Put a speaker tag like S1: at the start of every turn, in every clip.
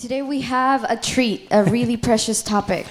S1: Today we have a treat, a really precious topic,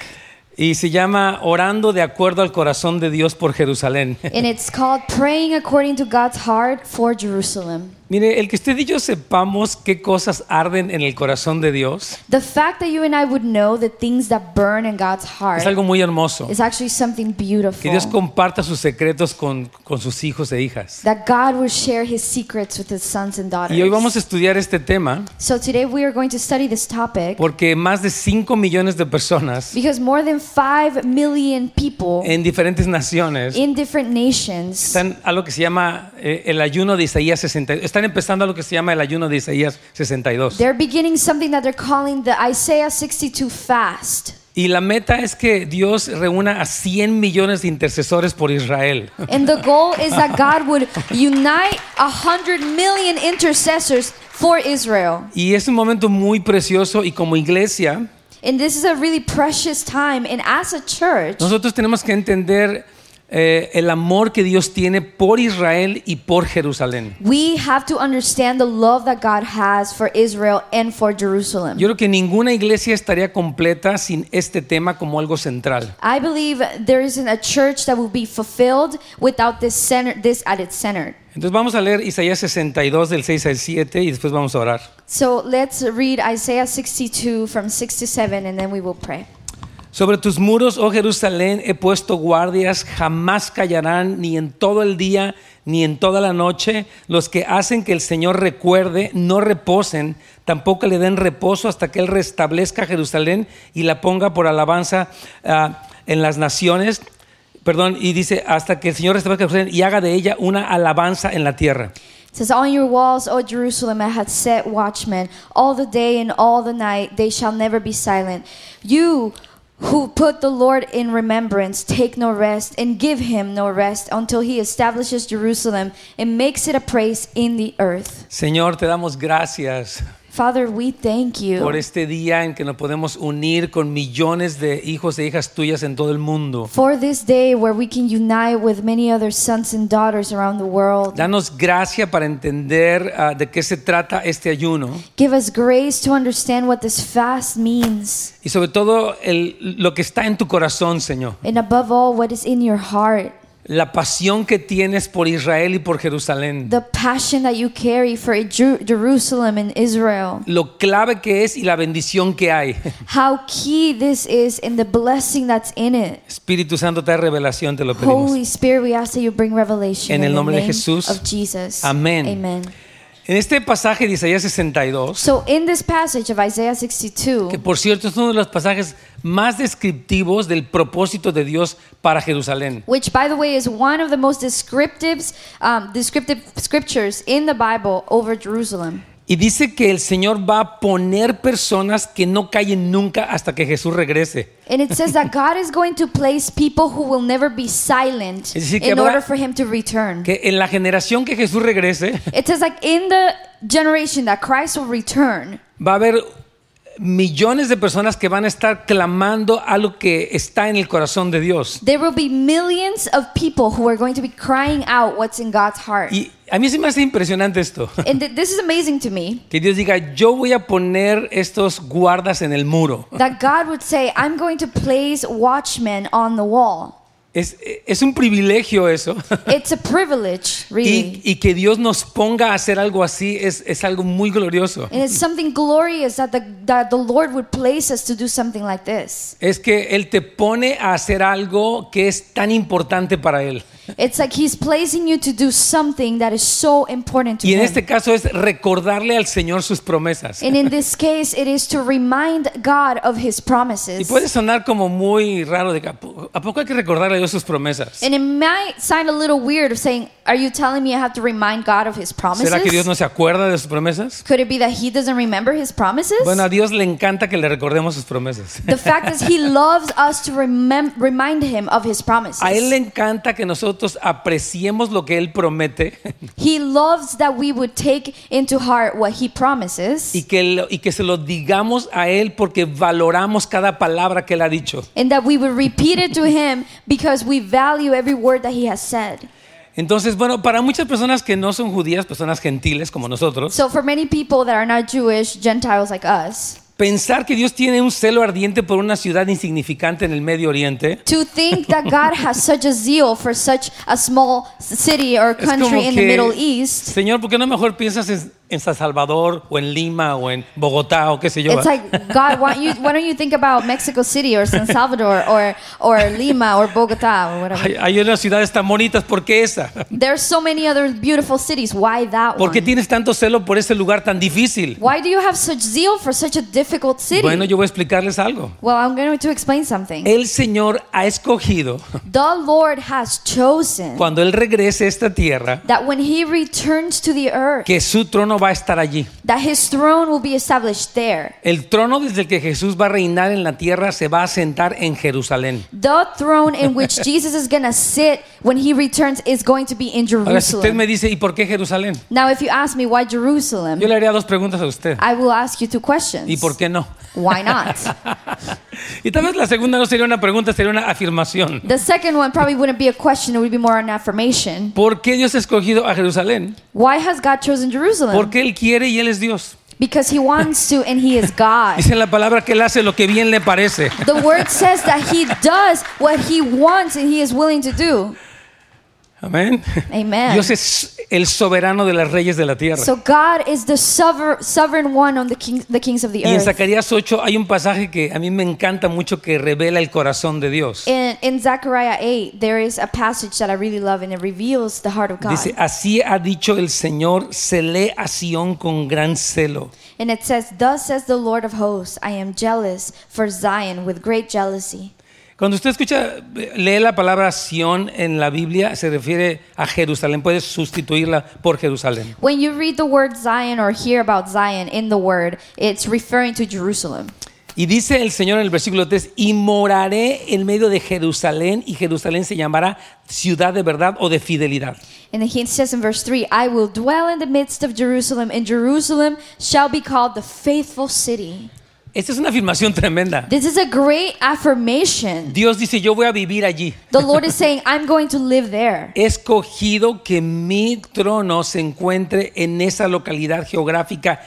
S2: y se llama Orando de acuerdo al corazón de Dios por Jerusalén.
S1: and it's called Praying According to God's Heart for Jerusalem.
S2: Mire, el que usted y yo sepamos qué cosas arden en el corazón de Dios
S1: The fact that you and I would know the things that burn in God's heart
S2: es algo muy hermoso.
S1: is actually something
S2: Que Dios
S1: beautiful.
S2: comparta sus secretos con, con sus hijos e hijas.
S1: That God will share his secrets with his sons and daughters.
S2: Y hoy vamos a estudiar este tema
S1: So today we are going to study this topic
S2: porque más de 5 millones de personas
S1: because more than 5 million people
S2: en diferentes naciones
S1: in different nations
S2: Eh, están a lo que se llama eh, el ayuno de Isaías 62. Están empezando a lo que se llama el ayuno de Isaías 62.
S1: they're beginning something that they're calling the Isaiah 62 fast.
S2: Y la meta es que Dios reúna a 100 millones de intercesores por Israel.
S1: And the goal is that God would unite 100 million intercessors for Israel.
S2: Y es un momento muy precioso y como iglesia
S1: And this is a really precious time and as a church
S2: nosotros tenemos que entender eh, el amor que Dios tiene por Israel y por Jerusalén.
S1: we have to understand the love that God has for Israel and for Jerusalem.
S2: Yo creo que ninguna iglesia estaría completa sin este tema como algo central.
S1: I believe there isn't a church that will be fulfilled without this center this at its center.
S2: Entonces vamos a leer Isaías 62 del 6 al 7 y después vamos a orar.
S1: So let's read Isaiah 62 from 6 to 7 and then we will pray.
S2: Sobre tus muros, oh Jerusalén, he puesto guardias, jamás callarán ni en todo el día ni en toda la noche. Los que hacen que el Señor recuerde, no reposen, tampoco le den reposo hasta que Él restablezca Jerusalén y la ponga por alabanza ah, en las naciones. Perdón, y dice, hasta que el Señor restablezca Jerusalén y haga de ella una alabanza en la tierra.
S1: It says, On your walls, O Jerusalem, I had set watchmen all the day and all the night. They shall never be silent. You who put the Lord in remembrance, take no rest and give him no rest until he establishes Jerusalem and makes it a praise in the earth.
S2: Señor, te damos gracias
S1: Father, we thank
S2: por
S1: you
S2: este día en que nos podemos unir con millones de hijos e hijas tuyas en todo el mundo.
S1: for this day where we can unite with many other sons and daughters around the world.
S2: Danos gracia para entender ah, de qué se trata este ayuno
S1: Give us grace to understand what this fast means,
S2: y sobre todo el- lo que está en tu corazón, Señor.
S1: and above all, what is in your heart.
S2: La pasión que tienes por Israel y por Jerusalén.
S1: the passion that you carry for Ju- Jerusalem and Israel.
S2: Lo clave que es y la bendición que hay.
S1: How key this is and the blessing that's in it.
S2: Espíritu Santo, trae revelación, te lo pedimos.
S1: Holy Spirit, we ask that you bring revelation
S2: En el
S1: in
S2: nombre de
S1: the name
S2: Jesús.
S1: of Jesus.
S2: Amén.
S1: Amen.
S2: En este pasaje de Isaías 62,
S1: So in this passage of Isaiah 62,
S2: que por cierto es uno de los pasajes más descriptivos del propósito de Dios para Jerusalén.
S1: which by the way is one of the most descriptives, um, descriptive scriptures in the Bible over Jerusalem.
S2: Y dice que el Señor va a poner personas que no callen nunca hasta que Jesús regrese.
S1: And it says that God is going to place people who will never be silent
S2: Es decir, que
S1: in
S2: habrá-
S1: order for him to return.
S2: que en la generación que Jesús regrese
S1: It says like in the generation that Christ will return,
S2: va a haber millones de personas que van a estar clamando a lo que está en el corazón de Dios.
S1: there will be millions of people who are going to be crying out what's in God's heart.
S2: Y a mí se me hace impresionante esto.
S1: And th- this is amazing to me
S2: Que Dios diga, yo voy a poner estos guardas en el muro.
S1: that God would say, I'm going to place watchmen on the wall.
S2: Es, es un privilegio eso.
S1: It's a privilege,
S2: Y,
S1: really.
S2: y que Dios nos ponga a hacer algo así es, es algo muy glorioso.
S1: And it's something glorious that the, that the Lord would place us to do something like this.
S2: Es que Él te pone a hacer algo que es tan importante para Él.
S1: It's like He's placing you to do something that is so important to
S2: Y en
S1: Him.
S2: este caso es recordarle al Señor sus promesas.
S1: and in this case, it is to remind God of His promises.
S2: Y puede sonar como muy raro de que, ¿a po- ¿a poco hay que recordarle a Dios sus promesas?
S1: And it might sound a little weird of saying, Are you telling me I have to remind God of his promises?
S2: ¿Será que Dios no se acuerda de sus promesas?
S1: Could it be that he doesn't remember his promises?
S2: Bueno, a Dios le encanta que le recordemos sus promesas.
S1: the fact is, he loves us to remem- remind him of his promises.
S2: A Él le encanta que nosotros apreciemos lo que Él promete
S1: He loves that we would take into heart what he promises
S2: y que, lo- y que se lo digamos a Él porque valoramos cada palabra que Él ha dicho.
S1: and that we would repeat it to him because we value every word that he has said.
S2: Entonces, bueno, para muchas personas que no son judías, personas gentiles como nosotros,
S1: So, for many people that are not Jewish, Gentiles like us,
S2: Pensar que Dios tiene un celo ardiente por una ciudad insignificante en el Medio Oriente
S1: To think that God has such a zeal for such a small city or
S2: es como
S1: country in the Middle
S2: que,
S1: East,
S2: Señor, ¿por qué no mejor piensas en, en San Salvador o en Lima o en Bogotá o qué sé yo? ah?" uh,
S1: it's like God, why, you, why don't you think about Mexico City or San Salvador or or Lima or Bogota or whatever?
S2: hay, hay unas ciudades tan bonitas, ¿por qué esa?
S1: There's so many other beautiful cities. Why that
S2: ¿Por qué
S1: one?
S2: tienes tanto celo por ese lugar tan difícil?
S1: Why do you have such zeal for such a difficult city?
S2: Bueno, yo Eh, voy a explicarles algo.
S1: well, I'm going to explain something.
S2: El Señor ha escogido,
S1: the Lord has chosen
S2: cuando Él regrese a esta tierra,
S1: that when he returns to the earth,
S2: que su trono va a estar allí.
S1: that his throne will be established there.
S2: El trono desde el que Jesús va a reinar en la tierra se va a sentar en Jerusalén.
S1: The throne in which Jesus is going to sit when he returns is going to be in
S2: Ahora, si usted
S1: Jerusalem.
S2: me dice, ¿y por qué Jerusalén?
S1: Now, if you ask me why Jerusalem,
S2: Yo le haría dos preguntas a usted.
S1: I will ask you two questions.
S2: ¿Y por qué no?
S1: Why not?
S2: y tal vez la segunda no sería una pregunta, sería una afirmación.
S1: the second one probably wouldn't be a question, it would be more an affirmation.
S2: ¿Por qué Dios ha escogido a Jerusalén?
S1: Why has God chosen Jerusalem?
S2: Porque Él quiere y Él es Dios.
S1: because he wants to and he is God.
S2: Dice la palabra que Él hace lo que bien le parece.
S1: The word says that he does what he wants and he is willing to do.
S2: Amén.
S1: Amen.
S2: Dios es el soberano de las reyes de la tierra.
S1: So God is the sover- sovereign one on the, king- the kings of the
S2: y en
S1: earth.
S2: Zacarías 8 hay un pasaje que a mí me encanta mucho que revela el corazón de Dios.
S1: In, in Zechariah 8, there is a passage that I really love and it reveals the heart of God.
S2: Dice, "Ah, así ha dicho el Señor, celé a Sión con gran celo.
S1: And it says, Thus says the Lord of hosts, I am jealous for Zion with great jealousy.
S2: Cuando usted escucha, lee la palabra Sión en la Biblia, se refiere a Jerusalén. Puede sustituirla por Jerusalén.
S1: When you read the word Zion or hear about Zion in the word, it's referring to Jerusalem.
S2: Y dice el Señor en el versículo 3, y moraré en medio de Jerusalén, y Jerusalén se llamará ciudad de verdad o de fidelidad.
S1: And then he says in verse 3, I will dwell in the midst of Jerusalem, and Jerusalem shall be called the faithful city.
S2: Esta es una afirmación tremenda.
S1: This is a great affirmation.
S2: Dios dice, yo voy a vivir allí.
S1: The Lord is saying, I'm going to live there.
S2: He escogido que mi trono se encuentre en esa localidad geográfica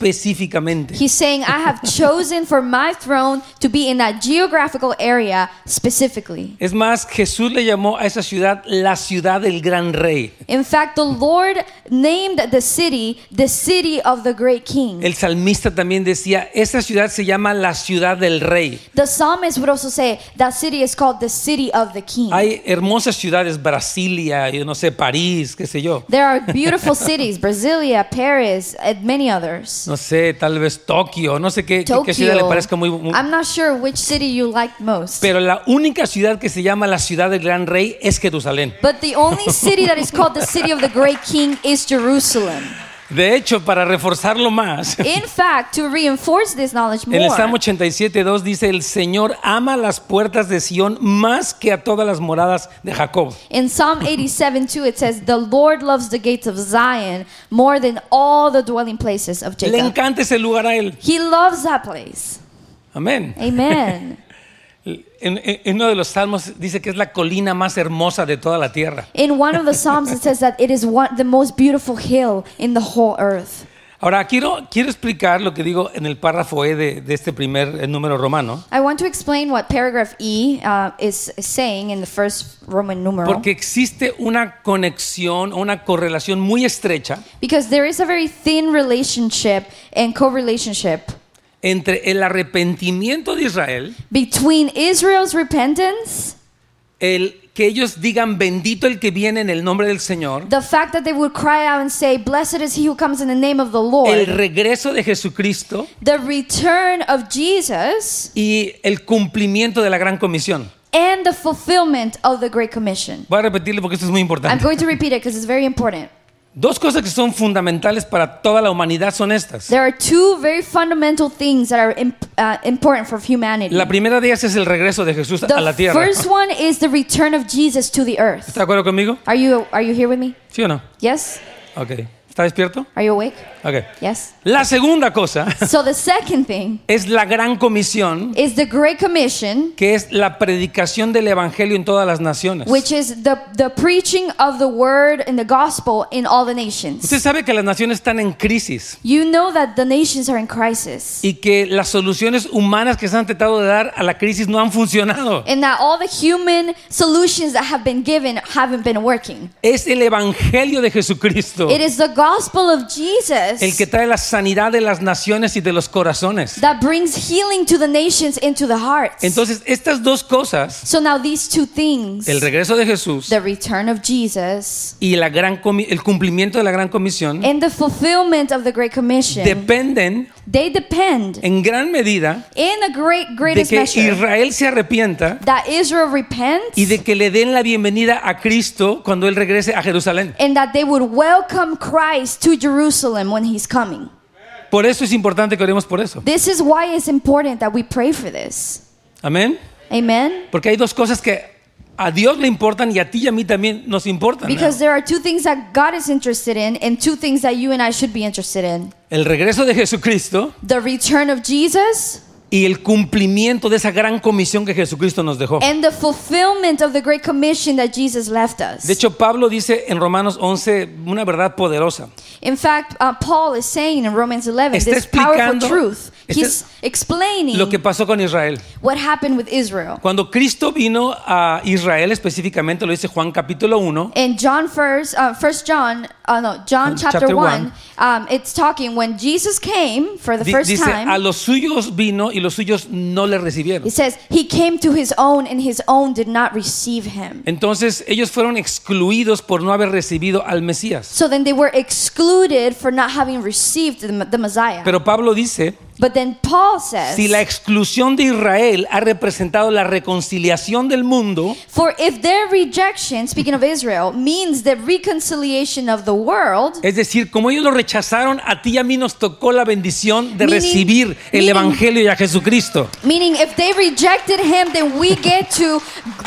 S2: específicamente.
S1: He's saying, I have chosen for my throne to be in that geographical area specifically.
S2: Es más, Jesús le llamó a esa ciudad la ciudad del gran rey.
S1: In fact, the Lord named the city the city of the great king.
S2: El salmista también decía, esta ciudad se llama la ciudad del rey.
S1: The psalmist would also say, That city is called the city of the king.
S2: Hay hermosas ciudades, Brasilia, yo no sé, París, qué sé yo.
S1: There are beautiful cities, Brasilia, Paris, and many others.
S2: No sé, tal vez Tokio, no sé qué, qué- qué ciudad le
S1: Tokyo.
S2: parezca muy, muy-
S1: I'm not sure which city you liked most.
S2: Pero la única ciudad que se llama la ciudad del gran rey es Jerusalén.
S1: But the only city that is called the city of the great king is Jerusalem.
S2: De hecho, para reforzarlo más,
S1: In fact, to reinforce this knowledge
S2: en el Salmo
S1: more,
S2: 87.2 dice, el Señor ama las puertas de Sión más que a todas las moradas de Jacob.
S1: in Psalm 87 2, it says, The Lord loves the gates of Zion more than all the dwelling places of
S2: Le
S1: Jacob.
S2: encanta ese lugar a él.
S1: He loves that place.
S2: Amén.
S1: Amen.
S2: En, en- en uno de los salmos dice que es la colina más hermosa de toda la tierra.
S1: In one of the Psalms, it says that it is one, the most beautiful hill in the whole earth.
S2: Ahora, quiero, quiero explicar lo que digo en el párrafo E de, de este primer eh, número romano,
S1: I want to explain what paragraph E uh, is saying in the first Roman numeral.
S2: porque existe una conexión, una correlación muy estrecha
S1: Because there is a very thin relationship and co-relationship
S2: entre el arrepentimiento de Israel,
S1: between Israel's repentance,
S2: el que ellos digan bendito el que viene en el nombre del Señor,
S1: the fact that they would cry out and say, "Blessed is he who comes in the name of the Lord,"
S2: el regreso de Jesucristo
S1: the return of Jesus,
S2: y el cumplimiento de la gran comisión.
S1: and the fulfillment of the great commission.
S2: Voy a repetirle porque esto es muy
S1: I'm
S2: importante.
S1: going to repeat it because it's very important.
S2: Dos cosas que son fundamentales para toda la humanidad son estas.
S1: There are two very fundamental things that are imp- uh, important for humanity.
S2: La primera de ellas es el regreso de Jesús a la
S1: The
S2: tierra.
S1: first one is the return of Jesus to the earth.
S2: ¿Está de acuerdo conmigo?
S1: Are you are you here with me?
S2: ¿Sí o no?
S1: Yes.
S2: Ok. ¿Está ¿Está despierto?
S1: Are you awake?
S2: Ok.
S1: Yes.
S2: La segunda cosa
S1: So the second thing
S2: es la gran comisión,
S1: is the Great Commission,
S2: que es la predicación del Evangelio en todas las naciones.
S1: which is the, the preaching of the word and the gospel in all the nations.
S2: Usted sabe que las naciones están en crisis
S1: You know that the nations are in crisis
S2: y que las soluciones humanas que se han tratado de dar a la crisis no han funcionado.
S1: and that all the human solutions that have been given haven't been working.
S2: Es el Evangelio de Jesucristo
S1: It is the gospel of
S2: Oh. el
S1: Jesus
S2: que trae la sanidad de las naciones y de los corazones.
S1: that brings healing to the nations into the hearts.
S2: Entonces, estas dos cosas,
S1: So now these two things,
S2: el regreso de Jesús
S1: the return of Jesus
S2: y la gran comi- el cumplimiento de la gran comisión,
S1: and the fulfillment of the great commission,
S2: dependen
S1: they depend
S2: en gran medida
S1: in a great
S2: de
S1: greatest
S2: que
S1: measure
S2: Israel se arrepienta
S1: that Israel repents
S2: y de que le den la bienvenida a Cristo cuando Él regrese a Jerusalén.
S1: and that they would welcome Christ to Jerusalem when he's coming.
S2: Por eso es importante que oremos por eso.
S1: This is why it's important that we pray for this.
S2: Amén.
S1: Amen.
S2: Porque hay dos cosas que a Dios le importan y a ti y a mí también nos importan.
S1: Because there are two things that God is interested in and two things that you and I should be interested in.
S2: El regreso de Jesucristo
S1: The return of Jesus
S2: y el cumplimiento de esa gran comisión que Jesucristo nos dejó.
S1: and the fulfillment of the great commission that Jesus left us.
S2: De hecho, Pablo dice en Romanos 11 una verdad poderosa.
S1: In fact, uh, Paul is saying in Romans 11
S2: Está
S1: this powerful
S2: explicando-
S1: truth.
S2: está-
S1: He's explaining
S2: Lo que pasó con Israel.
S1: what happened with Israel.
S2: Cuando Cristo vino a Israel específicamente, lo dice Juan capítulo 1,
S1: In John first, uh, first John, uh, no, John
S2: Um,
S1: chapter,
S2: chapter
S1: one,
S2: one.
S1: um, it's talking when Jesus came for the
S2: di-
S1: first
S2: dice, a
S1: time.
S2: los suyos vino y los suyos no le recibieron.
S1: It says he came to his own, and his own did not receive him.
S2: Entonces ellos fueron excluidos por no haber recibido al Mesías.
S1: So then they were excluded for not having received the, the Messiah.
S2: Pero Pablo dice,
S1: but then Paul says,
S2: si la exclusión de Israel ha representado la reconciliación del mundo,
S1: for if their rejection, speaking of Israel, means the reconciliation of the world,
S2: es decir, como ellos lo rechazaron, a ti y a mí nos tocó la bendición de
S1: Meaning-
S2: recibir el
S1: meaning-
S2: Evangelio y a Jesucristo.
S1: Meaning, if they rejected him, then we get to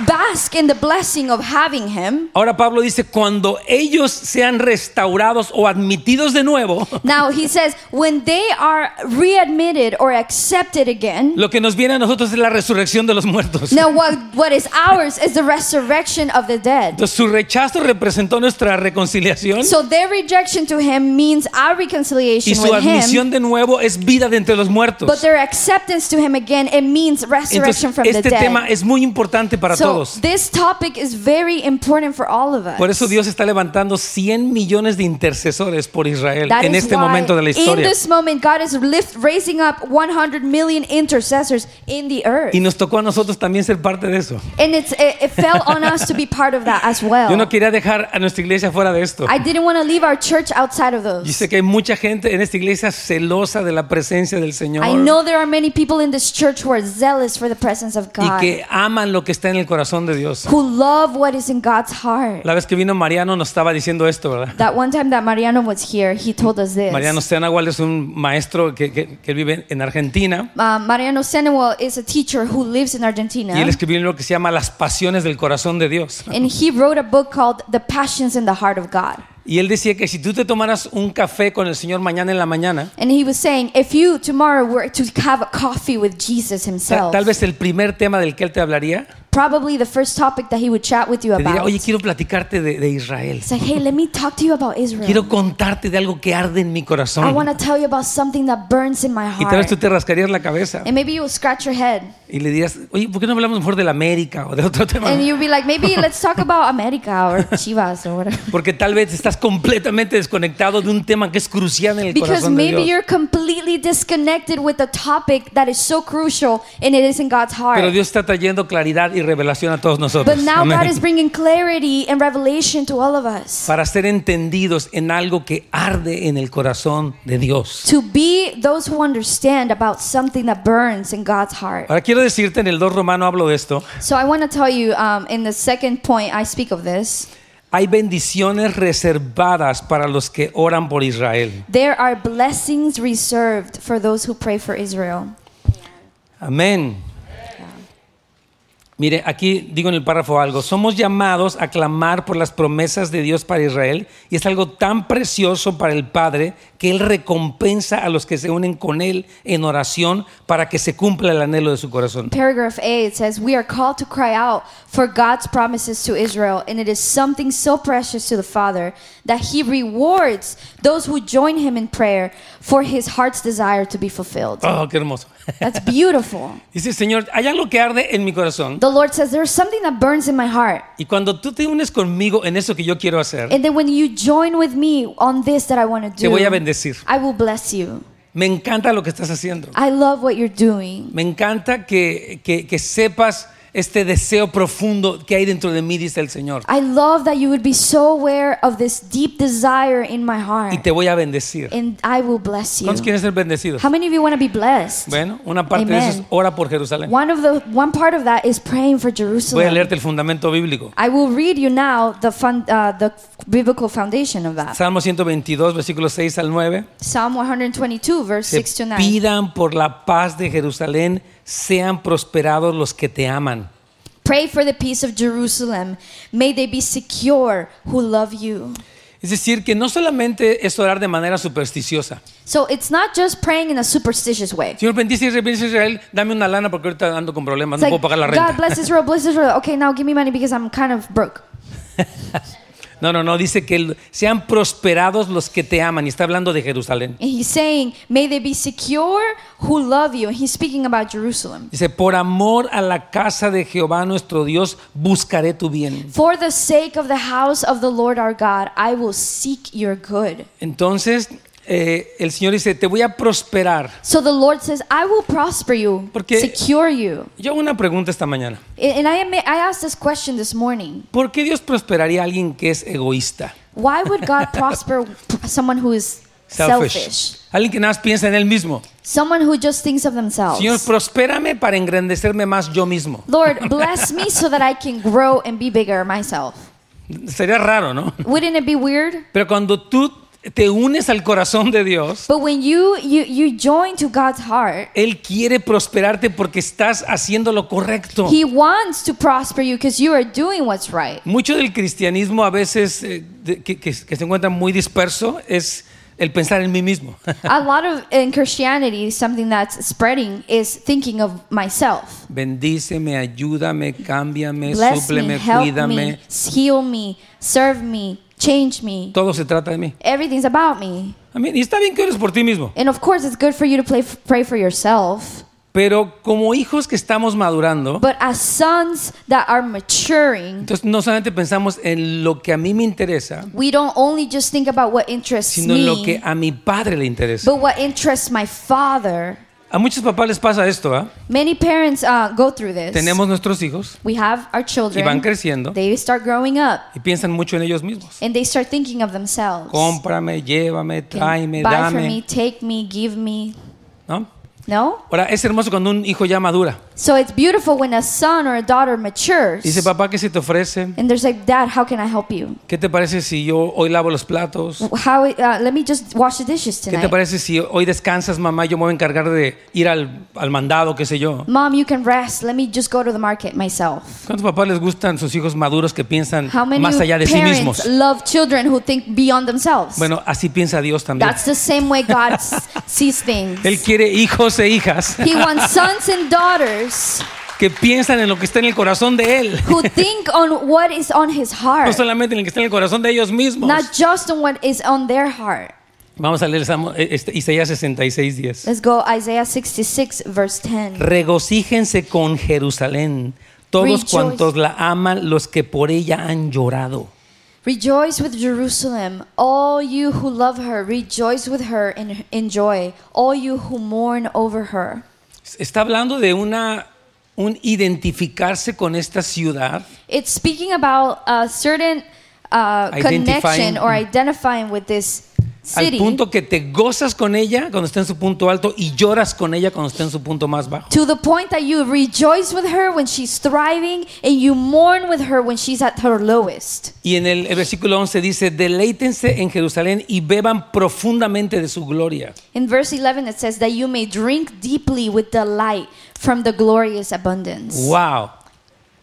S1: bask in the blessing of having him.
S2: Ahora Pablo dice, cuando ellos sean restaurados o admitidos de nuevo,
S1: Now, he says, when they are readmitted or accepted again,
S2: lo que nos viene a nosotros es la resurrección de los muertos.
S1: now what, what is ours is the resurrection of the dead.
S2: Entonces su rechazo representó nuestra reconciliación.
S1: So their rejection to him means our reconciliation
S2: Y su
S1: with him,
S2: admisión de nuevo es vida de entre los muertos.
S1: but their acceptance to him again, it means
S2: Entonces,
S1: resurrection from the
S2: este tema
S1: dead.
S2: es muy importante para
S1: So
S2: todos.
S1: this topic is very important for all of us.
S2: Por eso Dios está levantando 100 millones de intercesores por Israel
S1: That
S2: en
S1: is
S2: este
S1: why
S2: momento de la
S1: In
S2: historia.
S1: this moment, God is lift, raising up 100 million intercessors in the earth.
S2: Y nos tocó a nosotros también ser parte de eso.
S1: and it's, it, it fell on us to be part of that as well.
S2: Yo no quería dejar a nuestra iglesia fuera de esto.
S1: I didn't want to leave our church outside of
S2: Yo
S1: those.
S2: sé que hay mucha gente en esta iglesia celosa de la presencia del Señor
S1: I know there are many people in this church who are zealous for the presence of
S2: y
S1: God,
S2: que aman lo que está en el corazón de Dios.
S1: who love what is in God's heart.
S2: La vez que vino Mariano nos estaba diciendo esto, ¿verdad?
S1: That one time that Mariano was here, he told us this.
S2: Mariano Senagual es un maestro que, que- que vive en Argentina.
S1: Um, Mariano Senegal is a teacher who lives in Argentina,
S2: Y él escribió un libro que se llama Las pasiones del corazón de Dios.
S1: and he wrote a book called The Passions in the Heart of God.
S2: Y él decía que si tú te tomaras un café con el Señor mañana en la mañana,
S1: And he was saying, if you tomorrow were to have a coffee with Jesus
S2: ta-
S1: himself,
S2: tal vez el primer tema del que él te hablaría,
S1: probably the first topic that he would chat with you
S2: te diría,
S1: about.
S2: oye, quiero platicarte de, de Israel.
S1: It's like, hey, let me talk to you about Israel.
S2: Quiero contarte de algo que arde en mi
S1: I
S2: corazón.
S1: want to tell you about something that burns in my
S2: Y tal vez
S1: heart. Em
S2: tú te rascarías la cabeza
S1: And maybe you will scratch your head.
S2: y le dirías, oye, ¿por qué no hablamos mejor de la América o de otro tema?
S1: And you'll be like, maybe let's talk about America or Chivas or whatever.
S2: Porque tal vez estás completamente desconectado de un tema que es crucial en el
S1: Because
S2: corazón de
S1: maybe
S2: Dios.
S1: you're completely disconnected with a topic that is so crucial and it is in God's
S2: Pero
S1: heart.
S2: Dios está trayendo claridad y revelación a todos nosotros.
S1: But now
S2: Amén.
S1: God is bringing clarity and revelation to all of us.
S2: para ser entendidos en algo que arde en el corazón de Dios.
S1: to be those who understand about something that burns in God's heart.
S2: Ahora quiero decirte, en el 2 Romano hablo de esto,
S1: So I want to tell you um, in the second point I speak of this.
S2: hay bendiciones reservadas para los que oran por Israel.
S1: There are blessings reserved for those who pray for Israel.
S2: Amén. Mire, aquí digo en el párrafo algo. Somos llamados a clamar por las promesas de Dios para Israel y es algo tan precioso para el Padre que Él recompensa a los que se unen con Él en oración para que se cumpla el anhelo de su corazón.
S1: Paragraph 8 it says, We are called to cry out for God's promises to Israel, and it is something so precious to the Father that He rewards those who join Him in prayer for His heart's desire to be fulfilled.
S2: Oh, qué hermoso.
S1: That's beautiful.
S2: Dice, Señor, hay algo que arde en mi corazón
S1: The Lord says, There's something that burns in my heart.
S2: y cuando tú te unes conmigo en eso que yo quiero hacer,
S1: And then when you join with me on this that I want to
S2: te voy a
S1: do,
S2: bendecir.
S1: I will bless you.
S2: Me encanta lo que estás haciendo.
S1: I love what you're doing.
S2: Me encanta que, que- que sepas este deseo profundo que hay dentro de mí, dice el Señor.
S1: I love that you would be so aware of this deep desire in my
S2: Y
S1: heart.
S2: te voy a bendecir.
S1: And I will bless you.
S2: ¿Cuántos quieren ser bendecidos?
S1: How many of you want to be blessed?
S2: Bueno, una parte de
S1: Amen.
S2: eso es ora por Jerusalén.
S1: One of the one part of that is praying for
S2: Voy a
S1: Jerusalem.
S2: leerte el fundamento bíblico.
S1: I will read you now the fun, uh, the biblical foundation of that.
S2: Salmo 122, versículos 6 al 9.
S1: Psalm 122, verse
S2: Que
S1: 6 to 9.
S2: pidan por la paz de Jerusalén, sean prosperados los que te aman.
S1: Pray for the peace of Jerusalem. May they be secure who love you.
S2: Es decir, que no solamente es orar de manera supersticiosa.
S1: So it's not just praying in a superstitious way.
S2: Señor, bendice Israel, bendice Israel, dame una lana porque ahorita ando con
S1: It's
S2: problemas, no
S1: like,
S2: puedo pagar la
S1: God
S2: renta.
S1: bless Israel, bless Israel. Okay, now give me money because I'm kind of broke.
S2: No, no, no, dice que el- sean prosperados los que te aman. Y está hablando de Jerusalén.
S1: And he's saying, May they be secure who love you. And he's speaking about Jerusalem.
S2: Dice, por amor a la casa de Jehová nuestro Dios, buscaré tu bien.
S1: For the sake of the house of the Lord our God, I will seek your good.
S2: Entonces, eh, el Señor dice, te voy a prosperar.
S1: So the Lord says, I will prosper you,
S2: Porque-
S1: secure you.
S2: Yo hago una pregunta esta mañana.
S1: And and I, am- I asked this question this morning.
S2: ¿Por qué Dios prosperaría a alguien que es egoísta?
S1: Why would God prosper someone who is
S2: Selfish.
S1: selfish?
S2: Alguien que nada más piensa en él mismo.
S1: Someone who just thinks of themselves.
S2: Señor, prospérame para engrandecerme más yo mismo.
S1: Lord, bless me so that I can grow and be bigger myself.
S2: Sería raro, ¿no?
S1: Wouldn't it be weird?
S2: Pero cuando tú te unes al corazón de Dios,
S1: But when you you, you join to God's heart,
S2: Él quiere prosperarte porque estás haciendo lo correcto.
S1: He wants to prosper you because you are doing what's right.
S2: Mucho del cristianismo a veces eh, de- que, que- que se encuentra muy disperso es el pensar en mí mismo.
S1: a lot of in Christianity, something that's spreading is thinking of myself.
S2: Bendíceme, ayúdame, cámbiame,
S1: Bless me,
S2: súpleme,
S1: help
S2: cuídame.
S1: me, heal me, serve me, change me.
S2: Todo se trata de mí.
S1: Everything's about me.
S2: Amén. Y está bien que ores por ti mismo.
S1: And of course, it's good for you to play, pray for yourself.
S2: Pero como hijos que estamos madurando,
S1: But as sons that are maturing,
S2: entonces no solamente pensamos en lo que a mí me interesa,
S1: we don't only just think about what interests
S2: sino en lo que
S1: me,
S2: a mi padre le interesa.
S1: but what interests my father.
S2: A muchos papás les pasa esto, ¿ah?
S1: Many parents uh, go through this.
S2: Tenemos nuestros hijos
S1: we have our
S2: y
S1: children.
S2: van creciendo
S1: They start growing up
S2: y piensan mucho en ellos mismos.
S1: and they start thinking of themselves.
S2: Cómprame, llévame,
S1: can
S2: tráeme,
S1: buy for me,
S2: dame,
S1: take me, give me.
S2: ¿no?
S1: No?
S2: Ahora, es hermoso cuando un hijo ya madura.
S1: So it's beautiful when a son or a daughter matures.
S2: Dice, papá, ¿qué se te ofrece?
S1: and there's like, Dad, how can I help you?
S2: ¿Qué te parece si yo hoy lavo los platos?
S1: How? Uh, let me just wash the dishes
S2: ¿Qué te
S1: tonight.
S2: parece si hoy descansas, mamá? Yo me voy a encargar de ir al, al mandado, qué sé yo.
S1: Mom, you can rest. Let me just go to the market myself.
S2: ¿Cuántos papás les gustan sus hijos maduros que piensan
S1: How many
S2: más allá de sí
S1: parents
S2: mismos?
S1: love children who think beyond themselves?
S2: Bueno, así piensa Dios también.
S1: That's the same way God s- sees things.
S2: Él quiere hijos e hijas
S1: He wants sons and daughters
S2: que piensan en lo que está en el corazón de Él.
S1: who think on what is on his
S2: No
S1: heart,
S2: solamente en lo que está en el corazón de ellos mismos.
S1: not just on what is on their heart.
S2: Vamos a leer Salmo- eh, este, Isaías 66, 10.
S1: Let's go Isaiah 66 verse 10.
S2: Regocíjense con Jerusalén, todos
S1: Rejoice.
S2: cuantos la aman, los que por ella han llorado.
S1: Rejoice with Jerusalem, all you who love her, rejoice with her and enjoy, all you who mourn over her.
S2: Está hablando de una un identificarse con esta ciudad
S1: It's speaking about a certain uh,
S2: Identifying. Mm.
S1: connection or identifying with this
S2: al
S1: city
S2: punto que te gozas con ella cuando está en su punto alto y lloras con ella cuando está en su punto más bajo.
S1: to the point that you rejoice with her when she's thriving and you mourn with her when she's at her lowest.
S2: Y en el, el versículo 11 dice, deleítense en Jerusalén y beban profundamente de su gloria.
S1: In verse 11 it says that you may drink deeply with delight from the glorious abundance.
S2: Wow.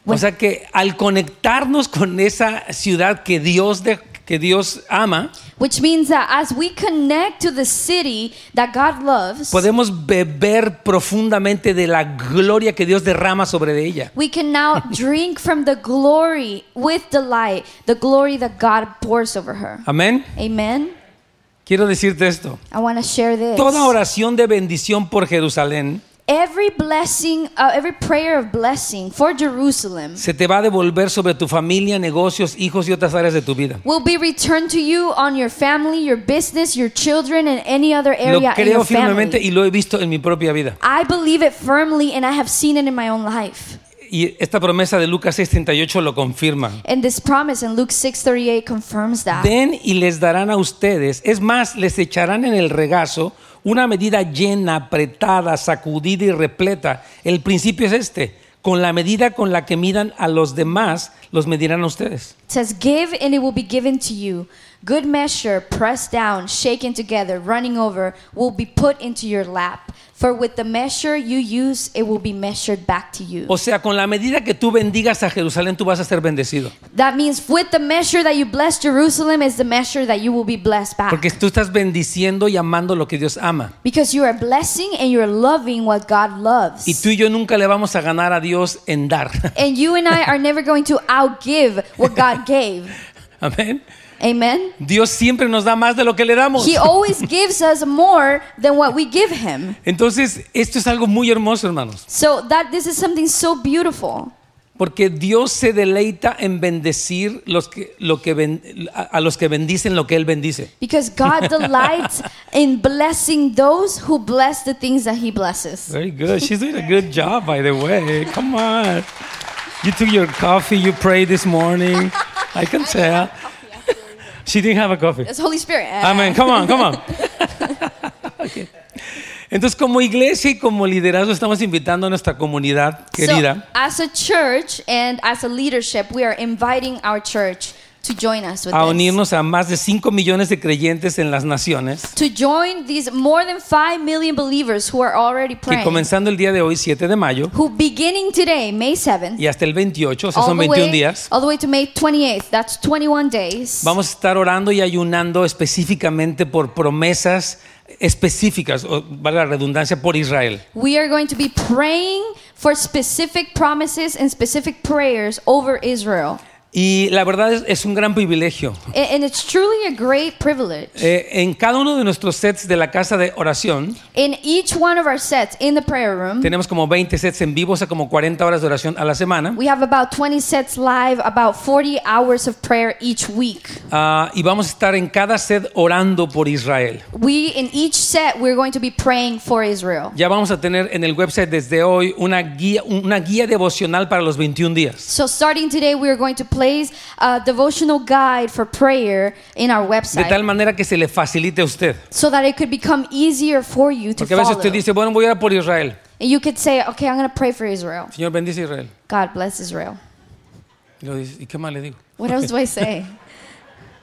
S2: O sea que al conectarnos con esa ciudad que Dios, de- que Dios ama,
S1: Which means that as we connect to the city that God loves,
S2: podemos beber profundamente de la gloria que Dios derrama sobre de ella.
S1: we can now drink from the glory with delight, the glory that God pours over her.
S2: Amén.
S1: Amen.
S2: Quiero decirte esto.
S1: I want to share this.
S2: Toda oración de bendición por Jerusalén
S1: Every blessing, uh, every prayer of blessing for Jerusalem
S2: se te va a devolver sobre tu familia, negocios, hijos y otras áreas de tu vida.
S1: will be returned to you on your family, your business, your children, and any other
S2: Lo
S1: area in
S2: creo
S1: your
S2: firmemente
S1: family.
S2: y lo he visto en mi propia vida.
S1: I believe it firmly, and I have seen it in my own life.
S2: Y esta promesa de Lucas 6:38 lo confirma.
S1: And this promise in Luke 6:38 confirms that.
S2: Den y les darán a ustedes. Es más, les echarán en el regazo una medida llena, apretada, sacudida y repleta. El principio es este. Con la medida con la que midan a los demás, los medirán a ustedes.
S1: It says, Give and it will be given to you. Good measure, pressed down, shaken together, running over, will be put into your lap. For with the measure you use, it will be measured back to you.
S2: O sea, con la medida que tú bendigas a Jerusalén, tú vas a ser bendecido.
S1: That means with the measure that you bless Jerusalem is the measure that you will be blessed back.
S2: Porque tú estás bendiciendo y amando lo que Dios ama.
S1: because you are blessing and you're loving what God loves.
S2: Y tú y yo nunca le vamos a ganar a Dios en dar.
S1: and you and I are never going to outgive what God gave.
S2: Amén.
S1: Amen.
S2: Dios siempre nos da más de lo que le damos.
S1: He always gives us more than what we give him.
S2: Entonces, esto es algo muy hermoso, hermanos.
S1: So that this is something so beautiful.
S2: Porque Dios se deleita en bendecir los que, lo que ben- a, a los que bendicen lo que Él bendice.
S1: Because God delights in blessing those who bless the things that He blesses.
S2: Very good. She's doing a good job, by the way. Come on. You took your coffee, you prayed this morning. I can tell. She didn't have a coffee.
S1: It's Holy Spirit.
S2: Amén, come on, come on. Ok. Entonces, como iglesia y como liderazgo, estamos invitando a nuestra comunidad
S1: So,
S2: querida
S1: as a church and as a leadership, we are inviting our church to join us with
S2: a
S1: this.
S2: unirnos a más de 5 millones de creyentes en las naciones,
S1: To join these more than 5 million believers who are already
S2: que
S1: praying,
S2: comenzando el día de hoy, 7 de mayo,
S1: who beginning today, May 7th,
S2: y hasta el 28, o sea,
S1: all
S2: son
S1: the,
S2: 21
S1: way,
S2: días,
S1: all the way to May 28th, that's 21 days.
S2: vamos a estar orando y ayunando específicamente por promesas específicas, o valga la redundancia, por Israel.
S1: We are going to be praying for specific promises and specific prayers over Israel.
S2: Y la verdad es- es un gran privilegio.
S1: A- And it's truly a great privilege.
S2: Eh, en cada uno de nuestros sets de la casa de oración,
S1: In each one of our sets in the prayer room,
S2: Tenemos como 20 sets en vivo, o sea, como 40 horas de oración a la semana.
S1: we have about 20 sets live, about 40 hours of prayer each week.
S2: Ah, y vamos a estar en cada set orando por Israel.
S1: We, in each set, we're going to be praying for Israel.
S2: Ya vamos a tener en el website desde hoy una guía, una guía devocional para los 21 días.
S1: So, starting today, we are going to place a devotional guide for prayer in our
S2: De tal
S1: website
S2: manera que se le facilite a usted.
S1: so that it could become easier for you to
S2: Porque a veces
S1: follow.
S2: usted dice, bueno, voy a orar por Israel.
S1: And you could say, Okay, I'm going to pray for Israel.
S2: Señor, bendice a Israel.
S1: God bless Israel.
S2: Y, lo dice, ¿y qué más le digo?
S1: What else do I say?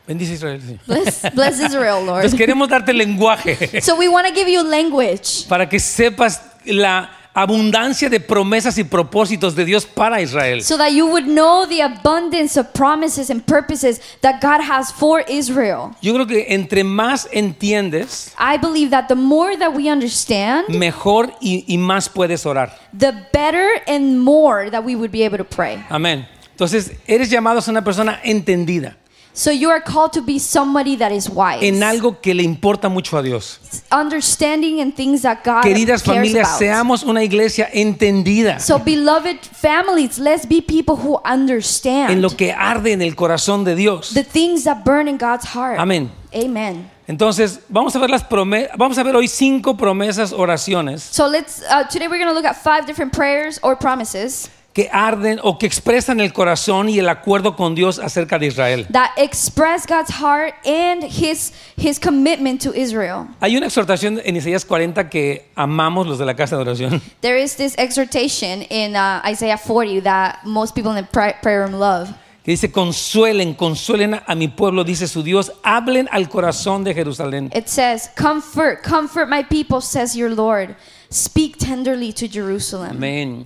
S2: Bendice a Israel, Señor.
S1: Bless, bless Israel, Lord.
S2: Entonces queremos darte lenguaje
S1: So we want to give you language
S2: para que sepas la abundancia de promesas y propósitos de Dios para Israel.
S1: so that you would know the abundance of promises and purposes that God has for Israel.
S2: Yo creo que entre más entiendes,
S1: I believe that the more that we understand,
S2: mejor y, y más puedes orar.
S1: the better and more that we would be able to pray.
S2: Amén. Entonces, eres llamado a ser una persona entendida
S1: So you are called to be somebody that is wise,
S2: en algo que le importa mucho a Dios.
S1: understanding and things that God
S2: Queridas
S1: cares
S2: familias,
S1: about.
S2: seamos una iglesia entendida
S1: so beloved families, let's be people who understand
S2: en lo que arde en el corazón de Dios.
S1: the things that burn in God's heart.
S2: Amén.
S1: Amen.
S2: Entonces, vamos a ver las prome- vamos a ver hoy cinco promesas, oraciones
S1: So let's uh, today we're going to look at five different prayers or promises
S2: que arden o que expresan el corazón y el acuerdo con Dios acerca de Israel.
S1: that express God's heart and his his commitment to Israel.
S2: Hay una exhortación en Isaías 40 que amamos los de la casa de oración.
S1: There is this exhortation in uh, Isaiah 40 that most people in the pri- prayer room love.
S2: que dice, consuelen, consuelen a mi pueblo, dice su Dios, hablen al corazón de Jerusalén.
S1: It says, "Comfort, comfort my people," says your Lord. Speak tenderly to Jerusalem.
S2: Amén.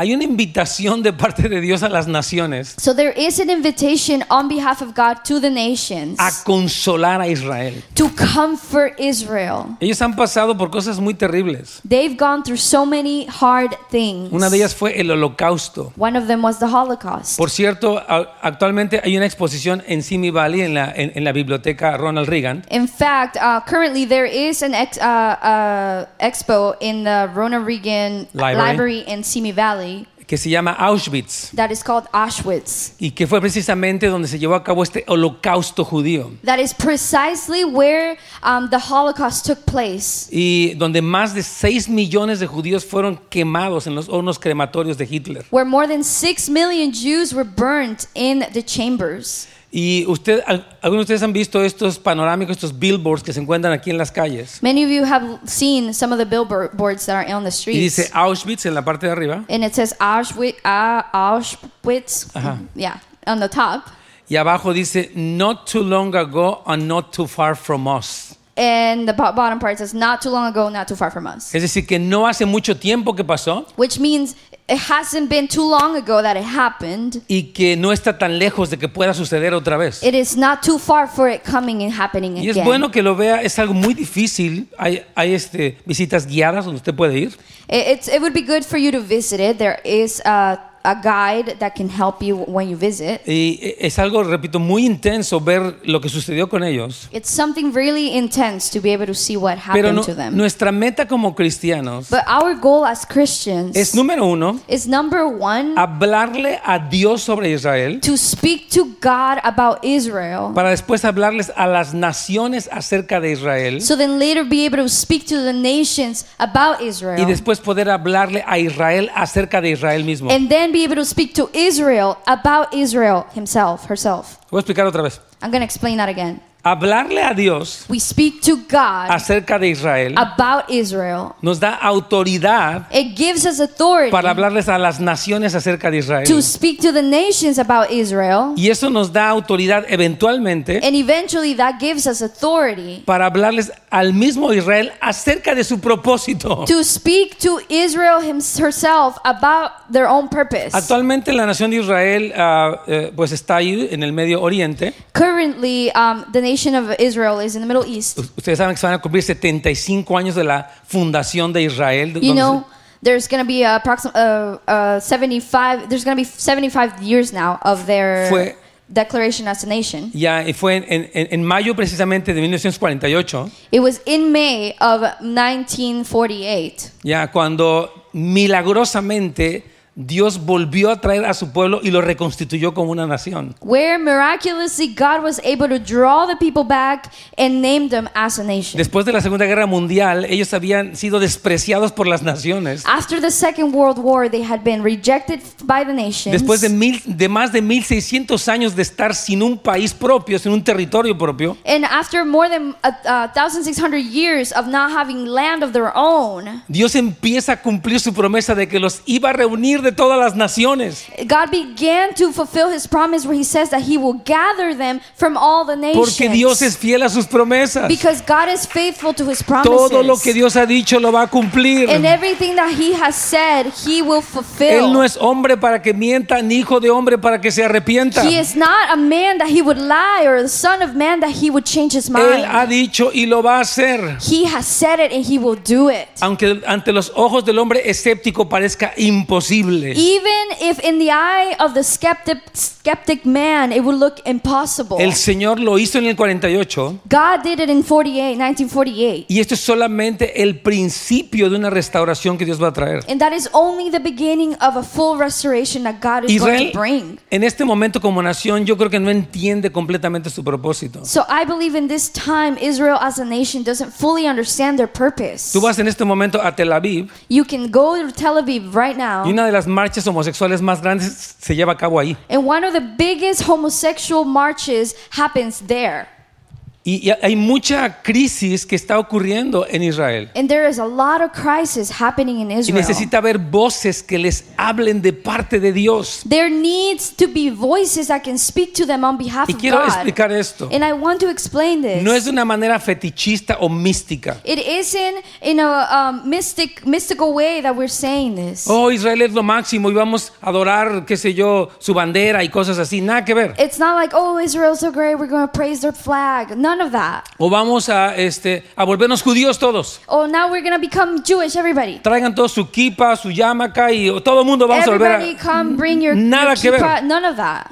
S2: Hay una invitación de parte de Dios a las naciones
S1: So there is an invitation on behalf of God to the nations
S2: a consolar a Israel.
S1: to comfort Israel.
S2: Ellos han pasado por cosas muy terribles.
S1: They've gone through so many hard things.
S2: Una de ellas fue el holocausto.
S1: One of them was the Holocaust.
S2: Por cierto, a- actualmente hay una exposición en Simi Valley, en la, en- en la biblioteca Ronald Reagan,
S1: In fact, uh, currently there is an ex- uh, uh, expo in the Ronald Reagan
S2: Library.
S1: in Simi Valley
S2: que se llama Auschwitz,
S1: that is called Auschwitz.
S2: y que fue precisamente donde se llevó a cabo este holocausto judío,
S1: That is precisely where um, the Holocaust took place.
S2: y donde más de 6 millones de judíos fueron quemados en los hornos crematorios de Hitler.
S1: Where more than six million Jews were burned in the chambers.
S2: Y usted, al- algunos de ustedes han visto estos panorámicos, estos billboards que se encuentran aquí en las calles.
S1: Many of you have seen some of the billboards that are on the
S2: Y
S1: streets.
S2: dice Auschwitz en la parte de arriba,
S1: and it says Auschwitz, uh, Auschwitz
S2: Ajá.
S1: yeah, on the top.
S2: y abajo dice Not too long ago and not too far from us.
S1: And the bo- bottom part says, not too long ago, not too far from us.
S2: Es decir, que no hace mucho tiempo que pasó
S1: Which means it hasn't been too long ago that it happened.
S2: y que no está tan lejos de que pueda suceder otra vez.
S1: It is not too far for it coming and happening
S2: Y
S1: again.
S2: es bueno que lo vea, es algo muy difícil. Hay, hay este, visitas guiadas donde usted puede ir.
S1: It, it's, it would be good for you to visit it. There is a, a guide that can help you when you visit.
S2: Y e- es algo, repito, muy intenso ver lo que sucedió con ellos.
S1: It's something really intense to be able to see what happened
S2: Pero no-
S1: to them.
S2: nuestra meta como cristianos
S1: but our goal as Christians
S2: es, número uno,
S1: is number one,
S2: hablarle a Dios sobre Israel
S1: to speak to God about Israel.
S2: para después hablarles a las naciones acerca de Israel
S1: So then later be able to speak to the nations about Israel.
S2: y después poder hablarle a Israel acerca de Israel mismo.
S1: and then be able to speak to Israel about Israel himself, herself.
S2: Voy a explicar otra vez.
S1: I'm going to explain that again.
S2: Hablarle a Dios
S1: We speak to God
S2: acerca de Israel
S1: about Israel.
S2: nos da autoridad
S1: It gives us authority
S2: para hablarles a las naciones acerca de Israel.
S1: to speak to the nations about Israel.
S2: Y eso nos da autoridad eventualmente
S1: And eventually that gives us authority
S2: para hablarles al mismo Israel acerca de su propósito.
S1: to speak to Israel hims- herself about their own purpose.
S2: Actualmente la nación de Israel ah, eh, pues está ahí en el Medio Oriente.
S1: Currently, um, the nation of Israel is in the Middle East.
S2: U- Ustedes saben que se van a cumplir 75 años de la fundación de Israel.
S1: You
S2: donde
S1: know, there's going to be approximately uh, uh, 75. There's going to be 75 years now of their
S2: Fue-
S1: declaration as a nation.
S2: se- ya, y fue en, en- en mayo precisamente de 1948,
S1: It was in May of 1948
S2: ya cuando milagrosamente Dios volvió a traer a su pueblo y lo reconstituyó como una nación.
S1: where miraculously God was able to draw the people back and name them as a nation.
S2: Después de la Segunda Guerra Mundial, ellos habían sido despreciados por las naciones.
S1: After the Second World War, they had been rejected by the nations.
S2: Después de, mil- de más de 1.600 años de estar sin un país propio, sin un territorio propio,
S1: and after more than uh, uh, 1,600 years of not having land of their own,
S2: Dios empieza a cumplir su promesa de que los iba a reunir de todas las naciones.
S1: God began to fulfill his promise where he says that he will gather them from all the nations.
S2: Porque Dios es fiel a sus promesas.
S1: because God is faithful to his promises.
S2: Todo lo que Dios ha dicho lo va a cumplir.
S1: and everything that he has said, he will fulfill.
S2: Él no es hombre para que mienta, ni hijo de hombre para que se arrepienta.
S1: he is not a man that he would lie or the son of man that he would change his
S2: Él ha
S1: mind.
S2: dicho y lo va a hacer.
S1: He has said it and he will do it.
S2: Aunque ante los ojos del hombre escéptico parezca imposible.
S1: Even if in the eye of the skeptic, skeptic man it would look impossible.
S2: El Señor lo hizo en el 48
S1: God did it in 48, 1948.
S2: y esto es solamente el principio de una restauración que Dios va a traer.
S1: And that is only the beginning of a full restoration that God is going
S2: Israel
S1: to bring.
S2: en este momento como nación yo creo que no entiende completamente su propósito.
S1: So I believe in this time, Israel as a nation doesn't fully understand their purpose.
S2: Tú vas en este momento a Tel Aviv
S1: You can go to Tel Aviv right now,
S2: y una de las marchas homosexuales más grandes se lleva a cabo ahí.
S1: and one of the biggest homosexual marches happens there.
S2: Y, y hay mucha crisis que está ocurriendo en Israel.
S1: And there is a lot of crisis happening in
S2: Y
S1: Israel.
S2: necesita haber voces que les hablen de parte de Dios.
S1: There needs to be voices that can speak to them on behalf
S2: Y
S1: of
S2: quiero
S1: God.
S2: explicar esto.
S1: And I want to explain this.
S2: No es de una manera fetichista o mística.
S1: It isn't in a um, mystic, mystical way that we're saying this.
S2: Oh, Israel es lo máximo y vamos a adorar, qué sé yo, su bandera y cosas así. Nada que ver.
S1: It's not like, oh, Israel's so great, we're going to praise their flag. None of that.
S2: O vamos a, este, a volvernos judíos todos.
S1: Oh, now we're going to become Jewish, everybody.
S2: Traigan todos su kipa, su yarmulke y todo el mundo vamos a volver a...
S1: Everybody come, bring your,
S2: Nada
S1: your
S2: que ver.
S1: kippah. None of that.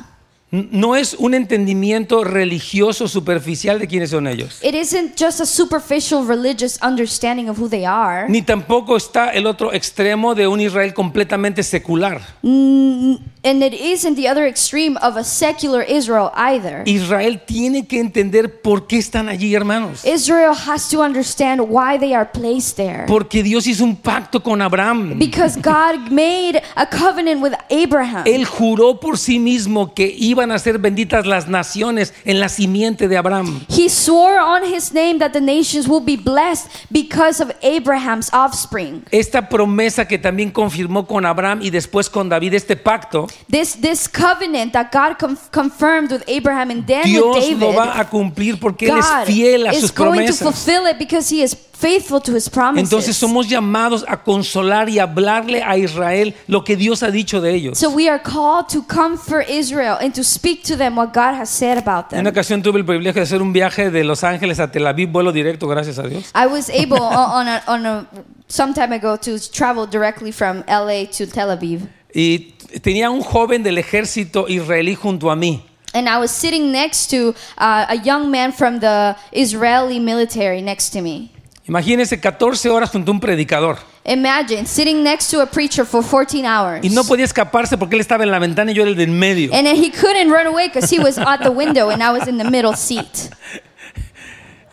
S2: No es un entendimiento religioso superficial de quiénes son ellos.
S1: It isn't just a superficial religious understanding of who they are.
S2: Ni tampoco está el otro extremo de un Israel completamente secular.
S1: Mm, and it isn't the other extreme of a secular Israel either.
S2: Israel tiene que entender por qué están allí, hermanos.
S1: Israel has to understand why they are placed there.
S2: Porque Dios hizo un pacto con Abraham.
S1: Because God made a covenant with Abraham.
S2: Él juró por sí mismo que iban a ser benditas las naciones en la simiente de Abraham.
S1: He swore on his name that the nations will be blessed because of Abraham's offspring.
S2: Esta promesa que también confirmó con Abraham y después con David, este pacto,
S1: This this covenant that God conf- confirmed with Abraham and then with
S2: Dios
S1: David.
S2: lo va a cumplir porque Él
S1: God
S2: es fiel a
S1: is
S2: sus
S1: going to
S2: promesas.
S1: fulfill it because he is faithful to his promises.
S2: Entonces somos llamados a consolar y hablarle a Israel lo que Dios ha dicho de ellos.
S1: so we are called to comfort Israel and to speak to them what God has said about
S2: En una
S1: them.
S2: ocasión tuve el privilegio de hacer un viaje de Los Ángeles a Tel Aviv, vuelo directo, gracias a Dios.
S1: I was able on on a, on a some time ago to travel directly from LA to Tel Aviv.
S2: Y tenía un joven del ejército israelí junto a mí.
S1: And I was sitting next to uh, a young man from the Israeli military next to me.
S2: Imagínense 14 horas junto a un predicador.
S1: Imagine sitting next to a preacher for 14 hours.
S2: Y no podía escaparse porque él estaba en la ventana y yo era el de en medio.
S1: and then he couldn't run away because he was at the window and I was in the middle seat.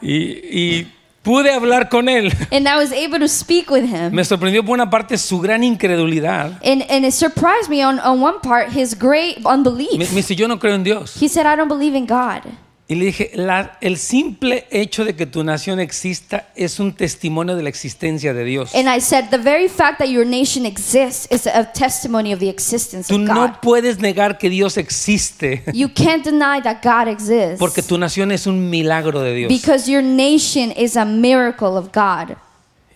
S2: Y, y pude hablar con él.
S1: And I was able to speak with him.
S2: Me sorprendió por una parte su gran incredulidad.
S1: And, and it surprised me on, on one part, his great unbelief.
S2: Me, me dice, yo no creo en Dios.
S1: he said, I don't believe in God.
S2: Y le dije, "La- el simple hecho de que tu nación exista es un testimonio de la existencia de Dios.
S1: And I said, the very fact that your nation exists is a testimony of the existence
S2: Tú
S1: of God.
S2: no puedes negar que Dios existe
S1: You can't deny that God exists.
S2: porque tu nación es un milagro de Dios.
S1: Because your nation is a miracle of God.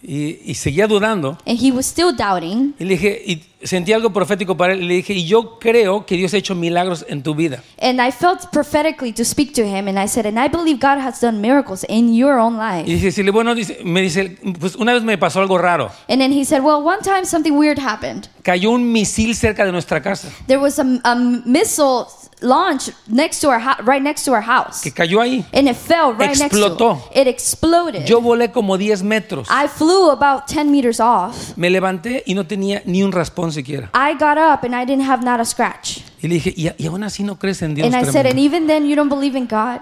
S2: Y, y seguía dudando.
S1: And he was still doubting.
S2: Y le dije, y sentí algo profético para él. Y le dije, y yo creo que Dios ha hecho milagros en tu vida.
S1: And I felt prophetically to speak to him. And I said, And I believe God has done miracles in your own
S2: Y
S1: life.
S2: dije, sí, le- bueno, dice- me dice, pues una vez me pasó algo raro.
S1: And then he said, Well, one time something weird happened.
S2: Cayó un misil cerca de nuestra casa,
S1: There was a, a missile launch next to our hou- right next to our house.
S2: que cayó ahí.
S1: And it fell right next
S2: Explotó.
S1: to it. exploded.
S2: Yo volé como 10 metros.
S1: I flew about 10 meters off.
S2: Me levanté y no tenía ni un raspón siquiera.
S1: I got up and I didn't have not a scratch.
S2: Y le dije, y, y aún así no crees en Dios.
S1: and I said, And
S2: tremendo".
S1: even then, you don't believe in God?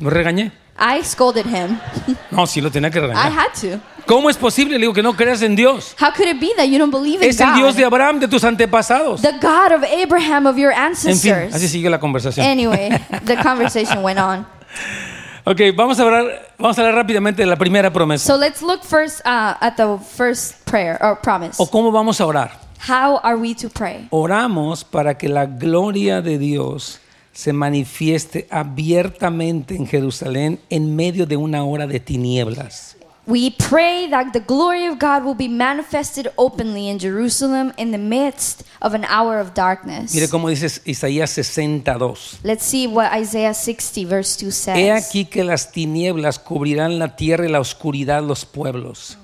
S2: Lo regañé.
S1: I scolded him.
S2: No, sí lo tenía que
S1: I
S2: regañar.
S1: had to.
S2: ¿Cómo es posible? Le digo que no creas en Dios.
S1: How could it be that you don't believe in
S2: Es el
S1: God?
S2: Dios de Abraham, de tus antepasados.
S1: the God of Abraham of your
S2: En fin,
S1: ancestors.
S2: así sigue la conversación.
S1: anyway, the conversation went on.
S2: Ok, vamos a hablar, vamos a hablar rápidamente de la primera promesa.
S1: So let's look first uh, at the first prayer or promise.
S2: O cómo vamos a orar.
S1: How are we to pray?
S2: Oramos para que la gloria de Dios se manifieste abiertamente en Jerusalén en medio de una hora de tinieblas.
S1: We pray that the glory of God will be manifested openly in Jerusalem in the midst of an hour of darkness.
S2: Mire cómo dice Isaías 62.
S1: Let's see what Isaiah 60 verse 2 says.
S2: He aquí que las tinieblas cubrirán la tierra y la oscuridad los pueblos.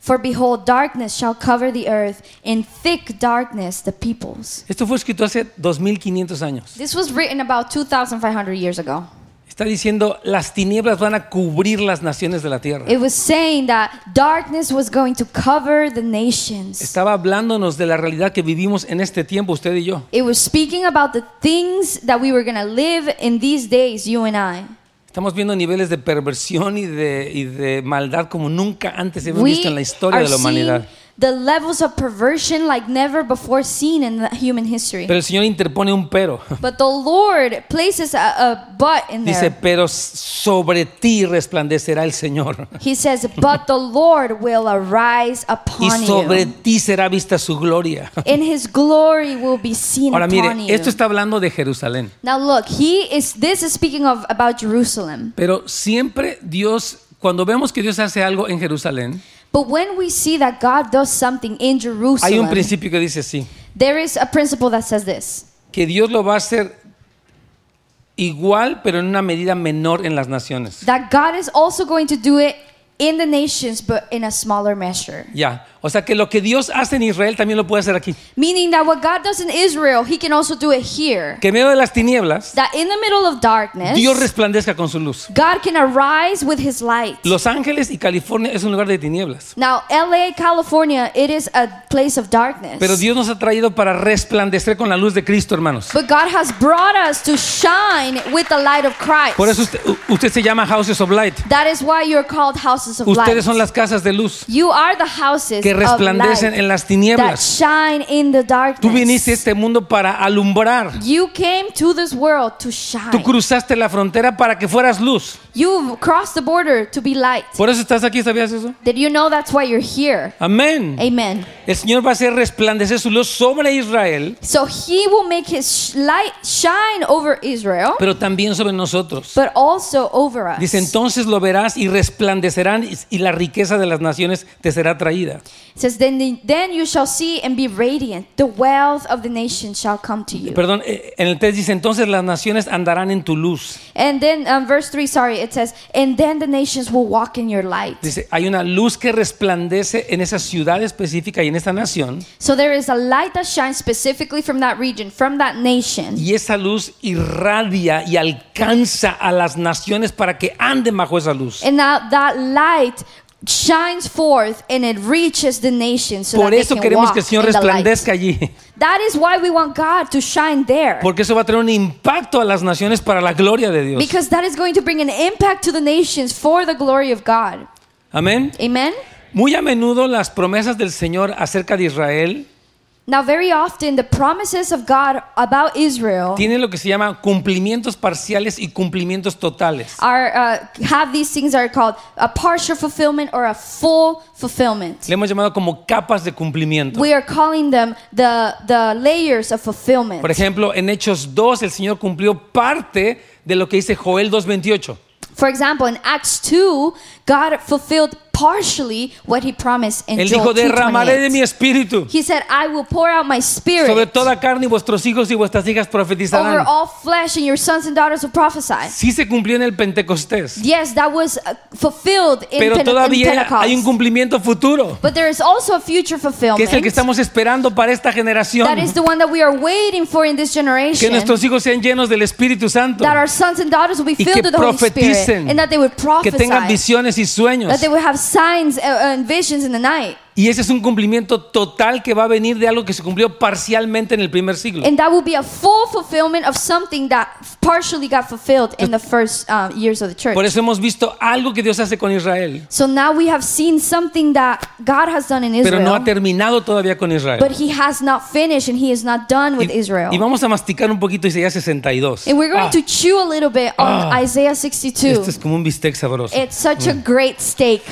S1: For behold, darkness shall cover the earth, and thick darkness the peoples.
S2: Esto fue escrito hace 2500 años.
S1: This was written about 2,500 years ago.
S2: Está diciendo, las tinieblas van a cubrir las naciones de la tierra.
S1: It was saying that darkness was going to cover the nations.
S2: Estaba hablándonos de la realidad que vivimos en este tiempo, usted y yo.
S1: It was speaking about the things that we were going to live in these days, you and I.
S2: Estamos viendo niveles de perversión y de, y de maldad como nunca antes se habían
S1: We
S2: visto en la historia
S1: are
S2: de la
S1: seeing
S2: humanidad.
S1: the levels of perversion like never before seen in the human history.
S2: Pero el Señor interpone un pero.
S1: But the Lord places a, a but in
S2: Dice,
S1: there.
S2: pero sobre ti resplandecerá el Señor.
S1: He says, But the Lord will arise
S2: Y
S1: upon
S2: sobre
S1: you.
S2: ti será vista su gloria.
S1: In his glory will be seen
S2: Ahora
S1: upon
S2: mire,
S1: you.
S2: esto está hablando de Jerusalén.
S1: Now look, he is this is speaking of about Jerusalem.
S2: Pero siempre Dios, cuando vemos que Dios hace algo en Jerusalén,
S1: But when we see that God does something in
S2: hay un
S1: Jerusalem,
S2: principio que dice así,
S1: there is a principle that says this.
S2: que Dios lo va a hacer igual, pero en una medida menor en las naciones.
S1: That God is also going to do it in the nations but in a smaller measure.
S2: Ya, o sea que lo que Dios hace en Israel también lo puede hacer aquí.
S1: Meaning that what God does in Israel, he can also do it here.
S2: Que en medio de las tinieblas,
S1: That in the middle of darkness,
S2: Dios resplandezca con su luz.
S1: God can arise with his light.
S2: Los Ángeles y California es un lugar de tinieblas.
S1: Now, LA, California, it is a place of darkness.
S2: Pero Dios nos ha traído para resplandecer con la luz de Cristo, hermanos.
S1: But God has brought us to shine with the light of Christ.
S2: Por eso usted, u- usted se llama Houses of Light.
S1: that is why you're called houses of light.
S2: Ustedes son las casas de luz
S1: you are the houses
S2: que
S1: of light
S2: resplandecen en las
S1: that
S2: tinieblas.
S1: shine in the
S2: Tú viniste a
S1: darkness.
S2: este mundo para alumbrar.
S1: You came to this world to
S2: Tú
S1: shine.
S2: cruzaste la frontera para que fueras luz.
S1: You crossed the border to be light.
S2: Por eso estás aquí, ¿sabías eso?
S1: Did you know that's why you're here?
S2: Amén.
S1: Amen.
S2: El Señor va a hacer resplandecer su luz sobre Israel,
S1: So he will make his sh- light shine over Israel,
S2: pero también sobre nosotros.
S1: but also over us.
S2: Dice, entonces lo verás y resplandecerán y- y la riqueza de las naciones te será traída.
S1: It says, then, the- then you shall see and be radiant. The wealth of the nation shall come to you.
S2: Perdón, eh, en el test dice, entonces las naciones andarán en tu luz.
S1: And then, um, verse 3, sorry, it says, and then the nations will walk in your light.
S2: Dice, hay una luz que resplandece en esa ciudad específica y en esta nación,
S1: So there is a light that shines specifically from that region, from that nation.
S2: y esa luz irradia y alcanza a las naciones para que anden bajo esa luz.
S1: And now that light shines forth and it reaches the nations. So
S2: Por
S1: that
S2: eso
S1: they can
S2: queremos
S1: walk
S2: que el Señor
S1: in the light.
S2: resplandezca allí,
S1: That is why we want God to shine there.
S2: porque eso va a tener un impacto a las naciones para la gloria de Dios.
S1: Because that is going to bring an impact to the nations for the glory of God.
S2: Amén.
S1: Amen?
S2: Muy a menudo las promesas del Señor acerca de Israel
S1: Now, very often, the promises of God about Israel
S2: tienen lo que se llama cumplimientos parciales y cumplimientos totales.
S1: are uh, have these things that are called a partial fulfillment or a full fulfillment.
S2: Le hemos llamado como capas de cumplimiento.
S1: We are calling them the, the layers of fulfillment.
S2: Por ejemplo, en Hechos 2 el Señor cumplió parte de lo que dice Joel 2.28.
S1: For example, in Acts 2, God fulfilled partially what he promised in
S2: Él
S1: Joel
S2: dijo, derramaré de mi
S1: 2:28.
S2: espíritu
S1: He said, I will pour out my spirit
S2: sobre toda carne y vuestros hijos y vuestras hijas
S1: over
S2: profetizarán.
S1: all flesh, and your sons and daughters will prophesy.
S2: Sí se cumplió en el Pentecostés,
S1: Yes, that was uh, fulfilled in,
S2: pero
S1: Pente- in
S2: todavía
S1: Pentecost.
S2: hay un cumplimiento futuro,
S1: but there is also a future fulfillment.
S2: que es el que estamos esperando para esta generación.
S1: that is the one that we are waiting for in this
S2: Que
S1: generation.
S2: nuestros hijos sean llenos del Espíritu Santo,
S1: that our sons and daughters will be
S2: Y
S1: filled
S2: que
S1: with the Holy Spirit
S2: profeticen.
S1: and that they would
S2: que
S1: prophesy
S2: tengan visiones y
S1: that
S2: sueños.
S1: they would have signs uh, and visions in the night
S2: Y ese es un cumplimiento total que va a venir de algo que se cumplió parcialmente en el primer siglo.
S1: and that will be a full fulfillment of something that partially got fulfilled in the first uh, years of the church
S2: Por eso hemos visto algo que Dios hace con Israel,
S1: so now we have seen something that God has done in
S2: pero no ha
S1: Israel
S2: terminado todavía con Israel.
S1: but he has not finished and he is not done with
S2: Y-
S1: Israel
S2: Y vamos a masticar un poquito Isaías 62.
S1: and we're going
S2: Ah,
S1: to chew a little bit on
S2: Ah.
S1: Isaiah 62
S2: esto es como un bistec sabroso.
S1: it's such a great steak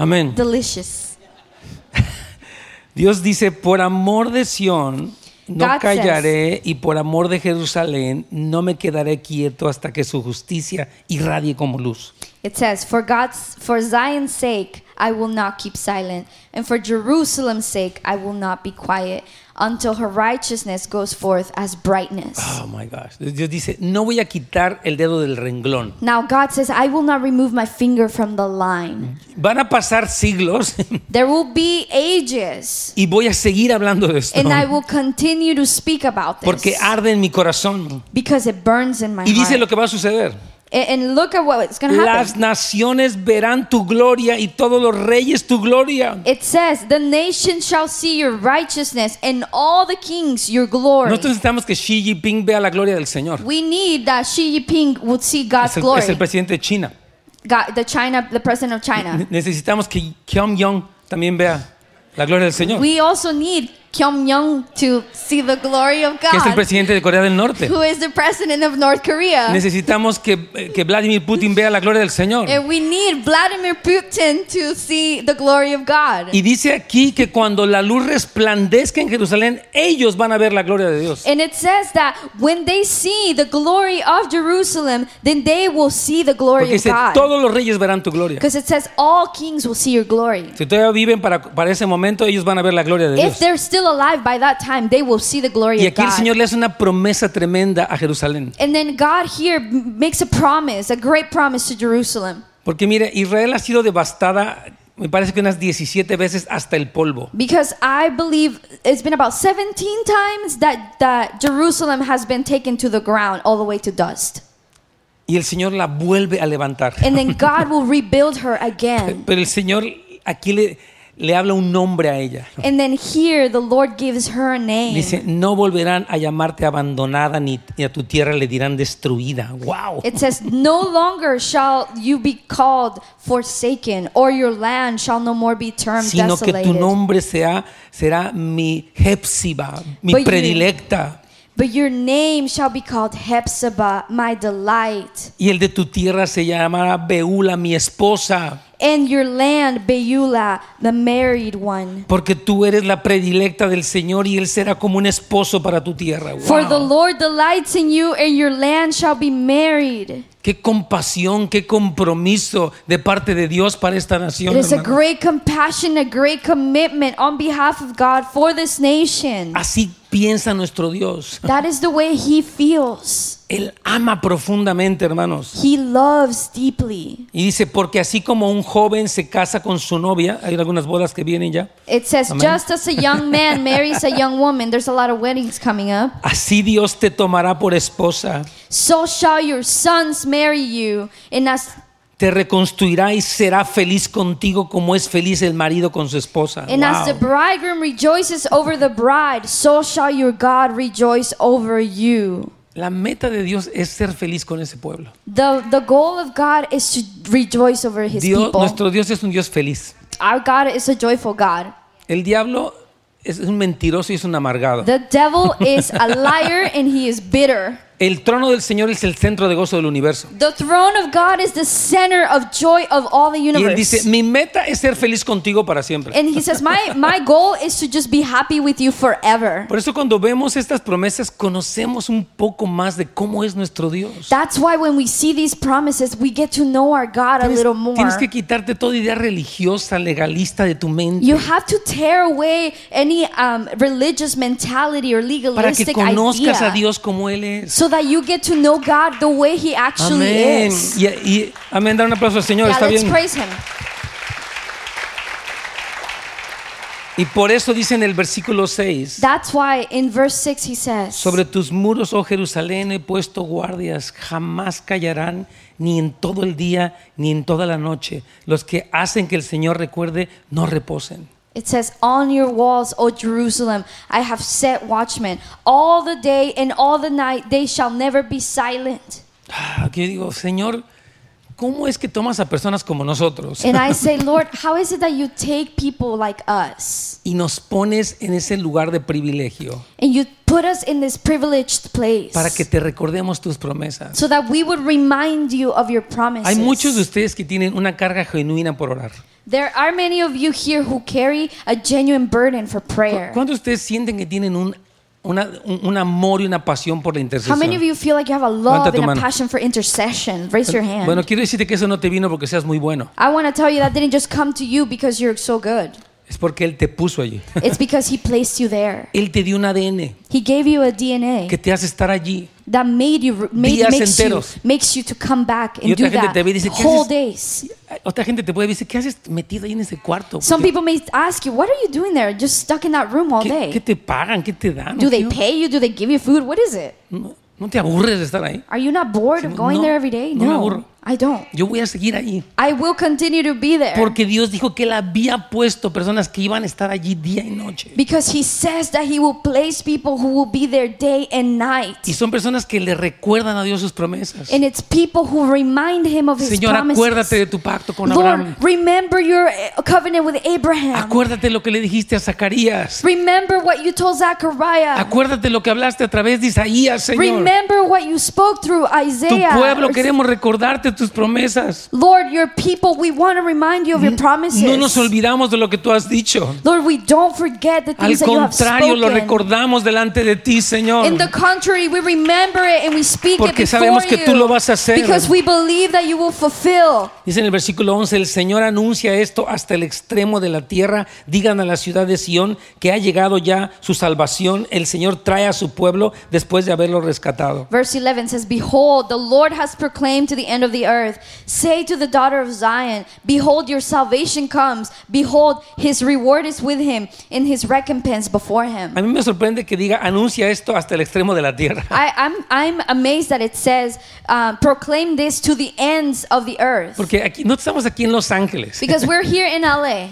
S2: Amén.
S1: delicious
S2: Dios dice, por amor de Sión no
S1: God
S2: callaré y por amor de Jerusalén no me quedaré quieto hasta que su justicia irradie como luz.
S1: It says, "For God's for Zion's sake, I will not keep silent, and for Jerusalem's sake, I will not be quiet until her righteousness goes forth as brightness."
S2: Oh my gosh. Dios dice, no voy a quitar el dedo del renglón.
S1: Now God says, "I will not remove my finger from the line."
S2: Van a pasar siglos
S1: There will be ages,
S2: y voy a seguir hablando de esto.
S1: and I will continue to speak about this
S2: Porque arde en mi corazón.
S1: because it burns in my
S2: Y dice
S1: heart.
S2: lo que va a suceder.
S1: A- and look at what's going to
S2: Las
S1: happen.
S2: naciones verán tu gloria y todos los reyes tu gloria.
S1: It says, "The nations shall see your righteousness, and all the kings your glory."
S2: Nosotros necesitamos que Xi Jinping vea la gloria del Señor.
S1: We need that Xi Jinping would see God's
S2: Es el,
S1: glory.
S2: es el presidente de China.
S1: God, the China, the president of China.
S2: Ne- Necesitamos que Kim Jong también vea la gloria del Señor.
S1: We also need Kim Young to see the glory of
S2: Que es el
S1: God,
S2: presidente de Corea del Norte.
S1: who is the president of North Korea.
S2: Necesitamos que, que Vladimir Putin vea la gloria del Señor.
S1: And we need Vladimir Putin to see the glory of God.
S2: Y dice aquí que cuando la luz resplandezca en Jerusalén, ellos van a ver la gloria de Dios.
S1: And it says that when they see the glory of Jerusalem, then they will see the glory
S2: Porque
S1: of
S2: dice,
S1: God.
S2: todos los reyes verán tu gloria.
S1: Because it says all kings will see your glory.
S2: Si todavía viven para, para ese momento, ellos van a ver la gloria de
S1: If
S2: Dios.
S1: they're still alive by that time, they will see the glory
S2: Y
S1: of
S2: aquí el
S1: God.
S2: Señor le hace una promesa tremenda a Jerusalén.
S1: And then God here m- makes a promise, a great promise to Jerusalem.
S2: Porque mire, Israel ha sido devastada, me parece que unas 17 veces hasta el polvo.
S1: Because I believe it's been about 17 times that, that Jerusalem has been taken to the ground all the way to dust.
S2: Y el Señor la vuelve a levantar.
S1: And then God will rebuild her again.
S2: Pero el Señor aquí le, le habla un nombre a ella.
S1: And then here the Lord gives her a name.
S2: Dice, no volverán a llamarte abandonada ni, ni a tu tierra le dirán destruida. ¡Wow!
S1: It says, No longer shall you be called forsaken, or your land shall no more be termed
S2: Sino que tu
S1: desolated.
S2: nombre sea, será mi Hepsiba, mi
S1: But you-
S2: predilecta.
S1: But your name shall be called Hepzibah, my delight,
S2: Y el de tu tierra se llamará Beula, mi esposa.
S1: and your land Beulah, the married one.
S2: Porque tú eres la predilecta del Señor y Él será como un esposo para tu tierra. ¡Wow!
S1: For the Lord delights in you, and your land shall be married.
S2: Qué compasión, qué compromiso de parte de Dios para esta nación.
S1: It is a
S2: hermano.
S1: great compassion, a great commitment on behalf of God for this nation.
S2: Así piensa nuestro Dios.
S1: That is the way He feels.
S2: Él ama profundamente, hermanos.
S1: He loves deeply.
S2: Y dice, porque así como un joven se casa con su novia, hay algunas bodas que vienen ya,
S1: It says,
S2: Amen.
S1: just as a young man marries a young woman, there's a lot of weddings coming up.
S2: así Dios te tomará por esposa,
S1: So shall your sons marry you, and as
S2: te reconstruirá y será feliz contigo como es feliz el marido con su esposa.
S1: and as the
S2: Wow.
S1: bridegroom rejoices over the bride, so shall your God rejoice over you.
S2: La meta de Dios es ser feliz con ese pueblo.
S1: The the goal of God is to rejoice over His
S2: Dios,
S1: people.
S2: nuestro Dios es un Dios feliz.
S1: Our God is a joyful God.
S2: El diablo es un mentiroso y es un amargado.
S1: The devil is a liar and he is bitter.
S2: El trono del Señor es el centro de gozo del universo.
S1: The throne of God is the center of joy of all the
S2: Y
S1: universe.
S2: él dice, "Mm, mi meta es ser feliz contigo para siempre.
S1: And he says, my, my goal is to just be happy with you forever.
S2: Por eso cuando vemos estas promesas conocemos un poco más de cómo es nuestro Dios.
S1: That's why when we see these promises, we get to know our God a
S2: Tienes,
S1: little more.
S2: tienes que quitarte toda idea religiosa, legalista de tu mente
S1: You have to tear away any um, religious mentality or
S2: para que
S1: legalistic
S2: conozcas a
S1: idea
S2: Dios como Él es.
S1: so that you get to know God the way He actually
S2: Amén.
S1: is.
S2: Y, y- amén, dar un aplauso al Señor,
S1: Yeah,
S2: está
S1: let's
S2: bien.
S1: praise Him.
S2: Y por eso dice en el versículo 6,
S1: That's why in verse 6 he says,
S2: Sobre tus muros, oh Jerusalén, he puesto guardias, jamás callarán ni en todo el día ni en toda la noche. Los que hacen que el Señor recuerde no reposen.
S1: It says, On your walls, O Jerusalem, I have set watchmen. All the day and all the night they shall never be silent.
S2: Ah, Aquí yo digo, Señor, ¿cómo es que tomas a personas como nosotros
S1: And I say, Lord, how is it that you take people like us
S2: y nos pones en ese lugar de privilegio
S1: and you put us in this privileged place
S2: para que te recordemos tus promesas?
S1: so that we would remind you of your promises?
S2: Hay muchos de ustedes que tienen una carga genuina por orar.
S1: There are many of you here who carry a genuine burden for prayer.
S2: ¿Cuántos de ustedes sienten que tienen un, una- un- un amor y una pasión por la
S1: How many of
S2: intercesión?
S1: you feel like you have a
S2: Levanta
S1: love
S2: tu
S1: and a
S2: mano.
S1: passion for intercession? Raise your hand.
S2: Bueno, quiero decirte que eso no te vino porque seas muy bueno.
S1: I want to tell you that didn't just come to you because you're so good.
S2: Es porque Él te puso allí.
S1: It's because he placed you there.
S2: Él te dio un ADN
S1: He gave you a DNA
S2: que te hace estar allí.
S1: that made you made,
S2: Días
S1: makes you
S2: enteros.
S1: makes you to come back
S2: Y
S1: and
S2: otra
S1: do
S2: gente
S1: that
S2: te ve y dice, "¿Qué
S1: whole
S2: haces?"
S1: days.
S2: Otra gente te puede decir, ¿qué haces metido ahí en ese cuarto?
S1: Some
S2: ¿Qué,
S1: people may ask you, "What are you doing there? Just stuck in that room all
S2: qué- qué
S1: day?
S2: te pagan? ¿Qué te dan?
S1: Do they
S2: ¿No-
S1: pay you? Do they give you food? What is it?
S2: ¿No, no te aburres de estar ahí?
S1: Are you not bored of going
S2: No,
S1: there every day?
S2: no me aburro.
S1: No, I don't.
S2: Yo voy a seguir allí.
S1: I will continue to be there.
S2: Porque Dios dijo que Él había puesto personas que iban a estar allí día y noche.
S1: Because he says that he will place people who will be there day and
S2: Y
S1: night.
S2: son personas que le recuerdan a Dios sus promesas.
S1: And it's people who remind him of his
S2: Señor,
S1: promises.
S2: acuérdate de tu pacto con Abraham.
S1: Lord, remember your eh, covenant with Abraham.
S2: Acuérdate lo que le dijiste a Zacarías.
S1: Remember what you told Zechariah.
S2: Acuérdate lo que hablaste a través de Isaías, Señor.
S1: Remember what you spoke through
S2: Tu
S1: Isaiah.
S2: pueblo queremos recordarte tus promesas.
S1: Lord, your people, we want to remind you of your promises.
S2: No nos olvidamos de lo que tú has dicho.
S1: Lord, we don't forget the
S2: Al
S1: things that you have
S2: contrario, lo
S1: spoken.
S2: recordamos delante de ti, Señor.
S1: In the contrary, we remember it and we speak it
S2: Porque
S1: before
S2: sabemos que
S1: you.
S2: tú lo vas a hacer.
S1: Because we believe that you will fulfill.
S2: Dice en el versículo 11, el Señor anuncia esto hasta el extremo de la tierra. Digan a la ciudad de Sión que ha llegado ya su salvación. El Señor trae a su pueblo después de haberlo rescatado.
S1: Verse 11 says, Behold, the Lord has proclaimed to the end of the earth. Say to the daughter of Zion, Behold, your salvation comes. Behold, his reward is with him, and his recompense before him.
S2: A mí me sorprende que diga, anuncia esto hasta el extremo de la tierra.
S1: I, I'm, I'm amazed that it says, uh, proclaim this to the ends of the earth.
S2: Porque aquí, no estamos aquí en Los Ángeles.
S1: Because we're here in LA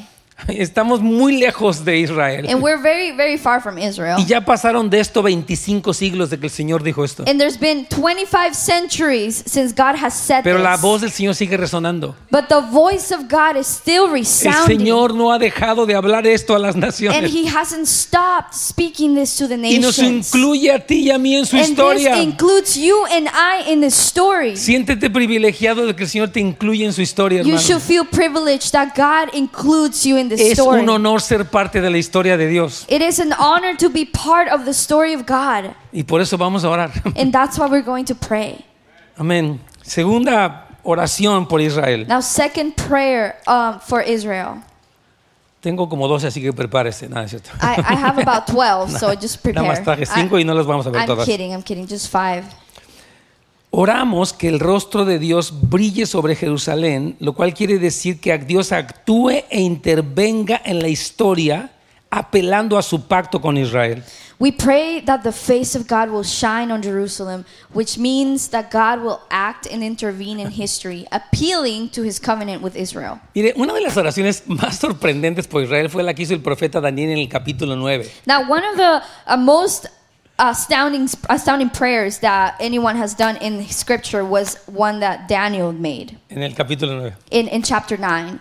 S2: Estamos muy lejos de Israel.
S1: and we're very, very far from Israel.
S2: Y ya pasaron de esto 25 siglos de que el Señor dijo esto.
S1: And there's been 25 centuries since God has said
S2: Pero la
S1: this.
S2: voz del Señor sigue resonando.
S1: but the voice of God is still
S2: El
S1: resounding.
S2: Señor no ha dejado de hablar esto a las
S1: and
S2: naciones.
S1: he hasn't stopped speaking this to the
S2: Y nos
S1: nations.
S2: incluye a ti y a mí en su
S1: and
S2: historia.
S1: this includes you and I in this story.
S2: Siéntete privilegiado de que el Señor te incluye en su historia,
S1: You
S2: hermano.
S1: should feel privileged that God includes you in this
S2: Es
S1: story.
S2: un honor ser parte de la historia de Dios.
S1: It is an honor to be part of the story of God.
S2: Y por eso vamos a orar.
S1: And that's why we're going to pray.
S2: Amén. Segunda oración por Israel.
S1: Now, second prayer um, for Israel.
S2: Tengo como 12, así que prepárese. Nada, es cierto.
S1: I, I have about 12, so just
S2: Nada
S1: prepare.
S2: más traje 5 y no las vamos a ver
S1: I'm
S2: todas.
S1: kidding, I'm kidding, just five.
S2: Oramos que el rostro de Dios brille sobre Jerusalén, lo cual quiere decir que Dios actúe e intervenga en la historia apelando a su pacto con Israel.
S1: We pray that the face of God will shine on Jerusalem, which means that God will act and intervene in history, appealing to his covenant with Israel.
S2: Mire, una de las oraciones más sorprendentes por Israel fue la que hizo el profeta Daniel en el capítulo 9.
S1: Now, one of the uh, most astounding, astounding prayers that anyone has done in scripture was one that Daniel made
S2: En el capítulo 9.
S1: in, in chapter 9.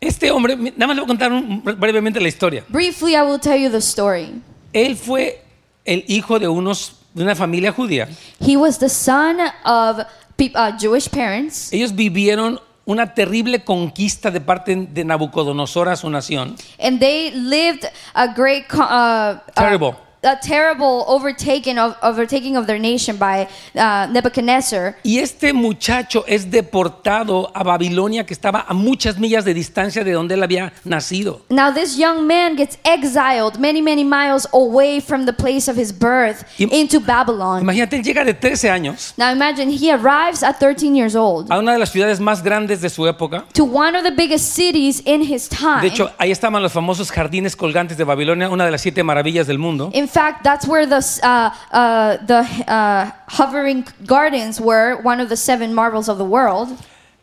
S2: Este hombre, nada más le voy a contar un- brevemente la historia.
S1: Briefly, I will tell you the story.
S2: Él fue el hijo de, unos, de una familia judía.
S1: He was the son of pe- uh, Jewish parents,
S2: Ellos vivieron una terrible conquista de parte de Nabucodonosor a su nación.
S1: and they lived a great, co- uh, uh,
S2: Terrible.
S1: a terrible overtaking of overtaking of their nation by uh, Nebuchadnezzar.
S2: Y este muchacho es deportado a Babilonia, que estaba a muchas millas de distancia de donde él había nacido.
S1: Now this young man gets exiled many many miles away from the place of his birth
S2: Im-
S1: into Babylon.
S2: Imagínate, él llega de 13 años
S1: Now imagine he arrives at 13 years old
S2: a una de las ciudades más grandes de su época.
S1: to one of the biggest cities in his time.
S2: De hecho, ahí estaban los famosos jardines colgantes de Babilonia, una de las siete maravillas del mundo.
S1: In fact, that's where the uh, uh, the uh, hovering gardens were, one of the seven marvels of the world.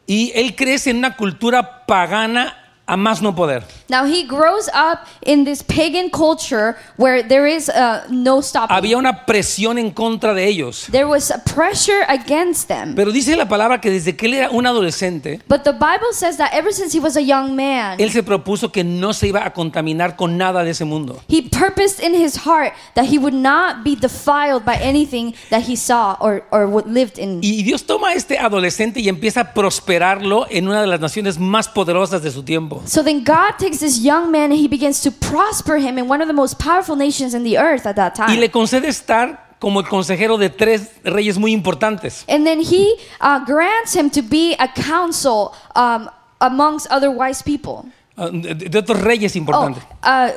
S2: Y él crece en una cultura pagana a más no poder.
S1: Now he grows up in this pagan culture where there is uh, no stopping.
S2: Había una presión en contra de ellos.
S1: There was a pressure against them.
S2: Pero dice la palabra que desde que él era un adolescente,
S1: But the Bible says that ever since he was a young man,
S2: él se propuso que no se iba a contaminar con nada de ese mundo.
S1: he purposed in his heart that he would not be defiled by anything that he saw or, or what lived in.
S2: Y Dios toma a este adolescente y empieza a prosperarlo en una de las naciones más poderosas de su tiempo.
S1: So then God takes this young man and he begins to prosper him in one of the most powerful nations in the earth at that
S2: Y
S1: time.
S2: le concede estar como el consejero de tres reyes muy importantes.
S1: And then he uh, grants him to be a counsel um, amongst other wise people.
S2: ah, De de otros reyes
S1: Oh,
S2: importantes.
S1: uh,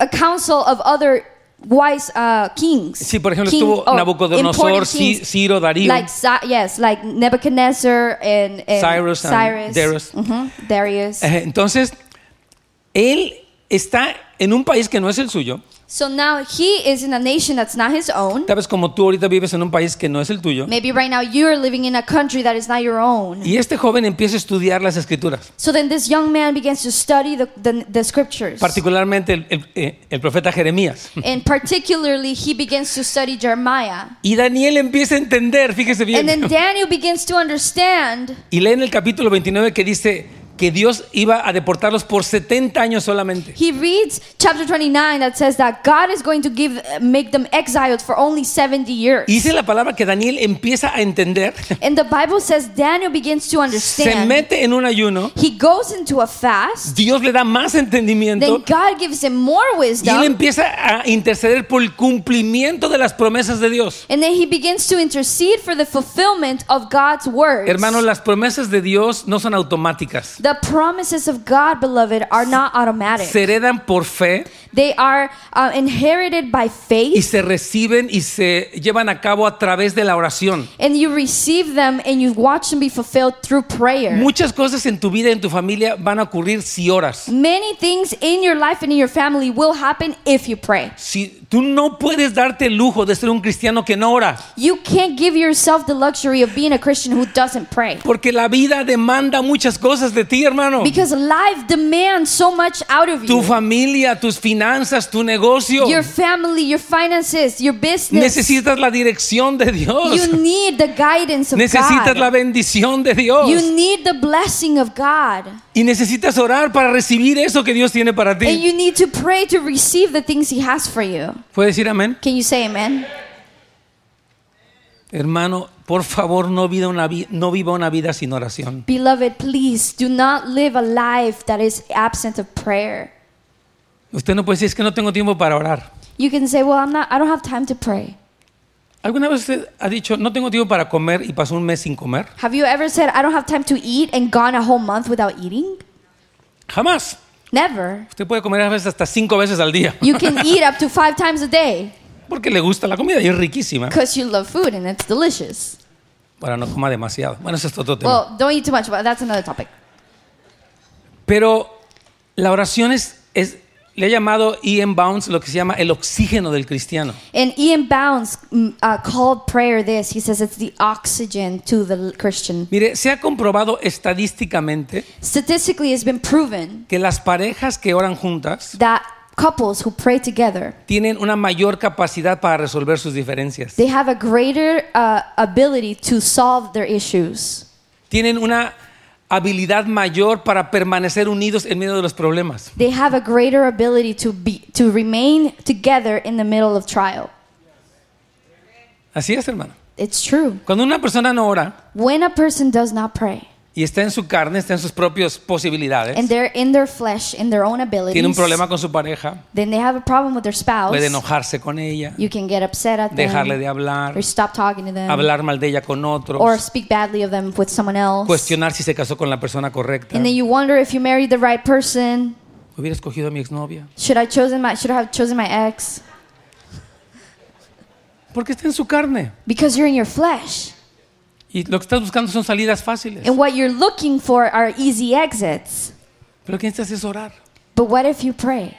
S1: a council of other wise uh, kings.
S2: Sí, por ejemplo,
S1: King-
S2: estuvo
S1: oh,
S2: Nabucodonosor,
S1: important
S2: Ci-
S1: kings.
S2: Ciro, Darío.
S1: Like, Cy- yes, like Nebuchadnezzar and, and
S2: Cyrus and Darius.
S1: Mhm, Darius.
S2: Eh, Entonces, él está en un país que no es el suyo,
S1: So now he is in a nation that's not his own.
S2: Tal vez como tú ahorita vives en un país que no es el tuyo.
S1: Maybe right now you are living in a country that is not your own.
S2: Y este joven empieza a estudiar las escrituras,
S1: So then this young man begins to study the, the, the scriptures.
S2: particularmente el, el- eh, el profeta Jeremías.
S1: And particularly, he begins to study Jeremiah.
S2: Y Daniel empieza a entender, fíjese bien.
S1: And then Daniel begins to understand.
S2: Y lee en el capítulo 29 que dice que Dios iba a deportarlos por 70 años solamente.
S1: He reads chapter 29 that says that God is going to give uh, make them exiled for only 70 years.
S2: Y dice la palabra que Daniel empieza a entender,
S1: And the Bible says Daniel begins to
S2: se
S1: understand.
S2: mete en un ayuno,
S1: He goes into a fast.
S2: Dios le da más
S1: Then
S2: entendimiento
S1: God gives him more
S2: y él
S1: wisdom.
S2: empieza a interceder por el cumplimiento de las promesas de Dios.
S1: And then he begins to intercede for the fulfillment of God's words.
S2: Hermanos, las promesas de Dios no son automáticas.
S1: the promises of God, beloved, are not automatic.
S2: Se heredan por fe
S1: They are uh, inherited by
S2: y
S1: faith,
S2: se reciben y se llevan a cabo a través de la oración.
S1: and you receive them and you watch them be fulfilled through prayer.
S2: Muchas cosas en tu vida y en tu familia van a ocurrir si oras.
S1: Many things in your life and in your family will happen if you pray.
S2: Si tú no puedes darte el lujo de ser un cristiano que no ora,
S1: You can't give yourself the luxury of being a Christian who doesn't pray.
S2: porque la vida demanda muchas cosas de ti, hermano.
S1: Because life demands so much out of
S2: Tu
S1: you.
S2: familia, tus finanzas, tu negocio.
S1: Your family, your finances, your business.
S2: Necesitas la dirección de Dios.
S1: You need the guidance of
S2: Necesitas la
S1: God.
S2: bendición de Dios.
S1: You need the blessing of God.
S2: Y necesitas orar para recibir eso que Dios tiene para
S1: And
S2: ti.
S1: you need to pray to receive the things He has for you.
S2: ¿Puedes decir amén?
S1: Can you say amen?
S2: Hermano, por favor, no viva una, vi- no viva una vida sin oración.
S1: Beloved, please do not live a life that is absent of prayer.
S2: Usted no puede decir, es que no tengo tiempo para orar.
S1: You can say, "Well, I'm not I don't have time to pray."
S2: ¿Alguna vez usted ha dicho, no tengo tiempo para comer y pasó un mes sin comer?
S1: Have you ever said, "I don't have time to eat" and gone a whole month without eating?
S2: Jamás.
S1: Never.
S2: Usted puede comer a veces hasta cinco veces al día.
S1: You can eat up to 5 times a day
S2: Porque le gusta la comida y es riquísima.
S1: cuz you love food and it's delicious.
S2: Ahora no coma demasiado. Bueno, eso es otro tema.
S1: Well, don't eat too much, but that's another topic.
S2: Pero la oración es, es- le ha llamado Ian Bounds lo que se llama el oxígeno del cristiano.
S1: And Ian Bounds mm, uh, called prayer this. He says it's the oxygen to the l- Christian.
S2: Mire, se ha comprobado estadísticamente
S1: Statistically, it's been proven
S2: que las parejas que oran juntas
S1: that couples who pray together
S2: tienen una mayor capacidad para resolver sus diferencias.
S1: they have a greater uh, ability to solve their issues.
S2: Tienen una habilidad mayor para permanecer unidos en medio de los problemas.
S1: They have a greater ability to be to remain together in the middle of trial.
S2: Así es, hermano.
S1: It's true.
S2: Cuando una persona no ora
S1: When a person does not pray
S2: y está en su carne, está en sus propias posibilidades,
S1: and they're in their flesh, in their own abilities,
S2: tiene un problema con su pareja,
S1: then they have a problem with their spouse.
S2: puede enojarse con ella,
S1: You can get upset at
S2: dejarle de
S1: them,
S2: hablar,
S1: or stop talking to them,
S2: hablar mal de ella con
S1: or
S2: otros,
S1: speak badly of them with someone else.
S2: cuestionar si se casó con la persona correcta.
S1: And then you wonder if you married the right person.
S2: Hubiera escogido a mi exnovia.
S1: Should I chosen my should I have chosen my ex?
S2: Porque está en su carne.
S1: Because you're in your flesh.
S2: Y lo que estás buscando son salidas fáciles.
S1: And what you're looking for are easy exits.
S2: Pero lo que necesitas es orar
S1: But what if you pray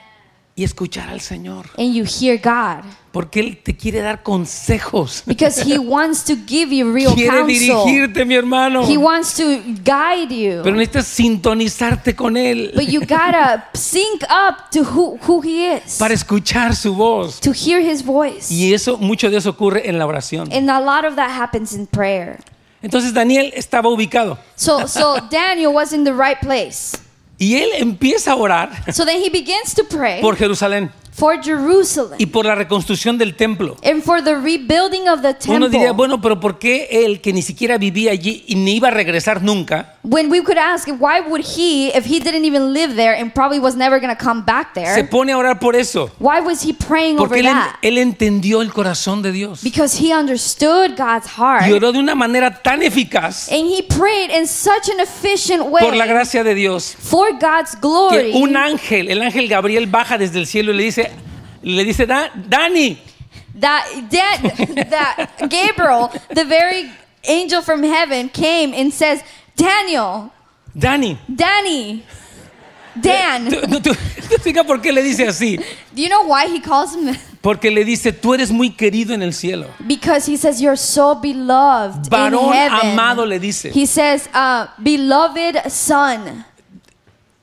S2: y escuchar al Señor.
S1: and you hear God?
S2: Porque Él te quiere dar consejos.
S1: Because He wants to give you real
S2: Quiere
S1: counsel.
S2: dirigirte, mi hermano.
S1: He wants to guide
S2: Pero
S1: you.
S2: necesitas sintonizarte con
S1: But
S2: Él
S1: you gotta sync up to who, who He is,
S2: para escuchar su voz.
S1: to hear His voice.
S2: Y eso, mucho de eso ocurre en la oración.
S1: And a lot of that happens in prayer.
S2: Entonces Daniel estaba ubicado.
S1: So, so Daniel was in the right place.
S2: Y él empieza a orar
S1: So then he begins to pray
S2: por Jerusalén
S1: for Jerusalem
S2: y por la reconstrucción del templo.
S1: and for the rebuilding of the
S2: Uno diría,
S1: temple.
S2: bueno, pero ¿por qué él que ni siquiera vivía allí y ni iba a regresar nunca,
S1: When we could ask, why would he, if he didn't even live there and probably was never going to come back
S2: se
S1: there,
S2: pone a orar por eso?
S1: why was he praying over
S2: Porque él, en-
S1: that?
S2: él entendió el corazón de Dios
S1: Because he understood God's
S2: y
S1: heart
S2: oró de una manera tan eficaz
S1: and he prayed in such an efficient
S2: por la
S1: way
S2: gracia de Dios
S1: for God's
S2: que
S1: glory.
S2: un ángel, el ángel Gabriel baja desde el cielo y le dice, le dice, "Da- Dani,
S1: That, that, that Gabriel, the very angel from heaven, came and says, Daniel,
S2: Dani,
S1: Danny, Dan,
S2: Tú- tú- tú- tú explica por qué le dice así.
S1: do you know why he calls him?
S2: Porque le dice, tú eres muy querido en el cielo.
S1: Because he says, You're so beloved.
S2: Varón
S1: in heaven.
S2: amado le dice.
S1: He says, uh, Beloved son.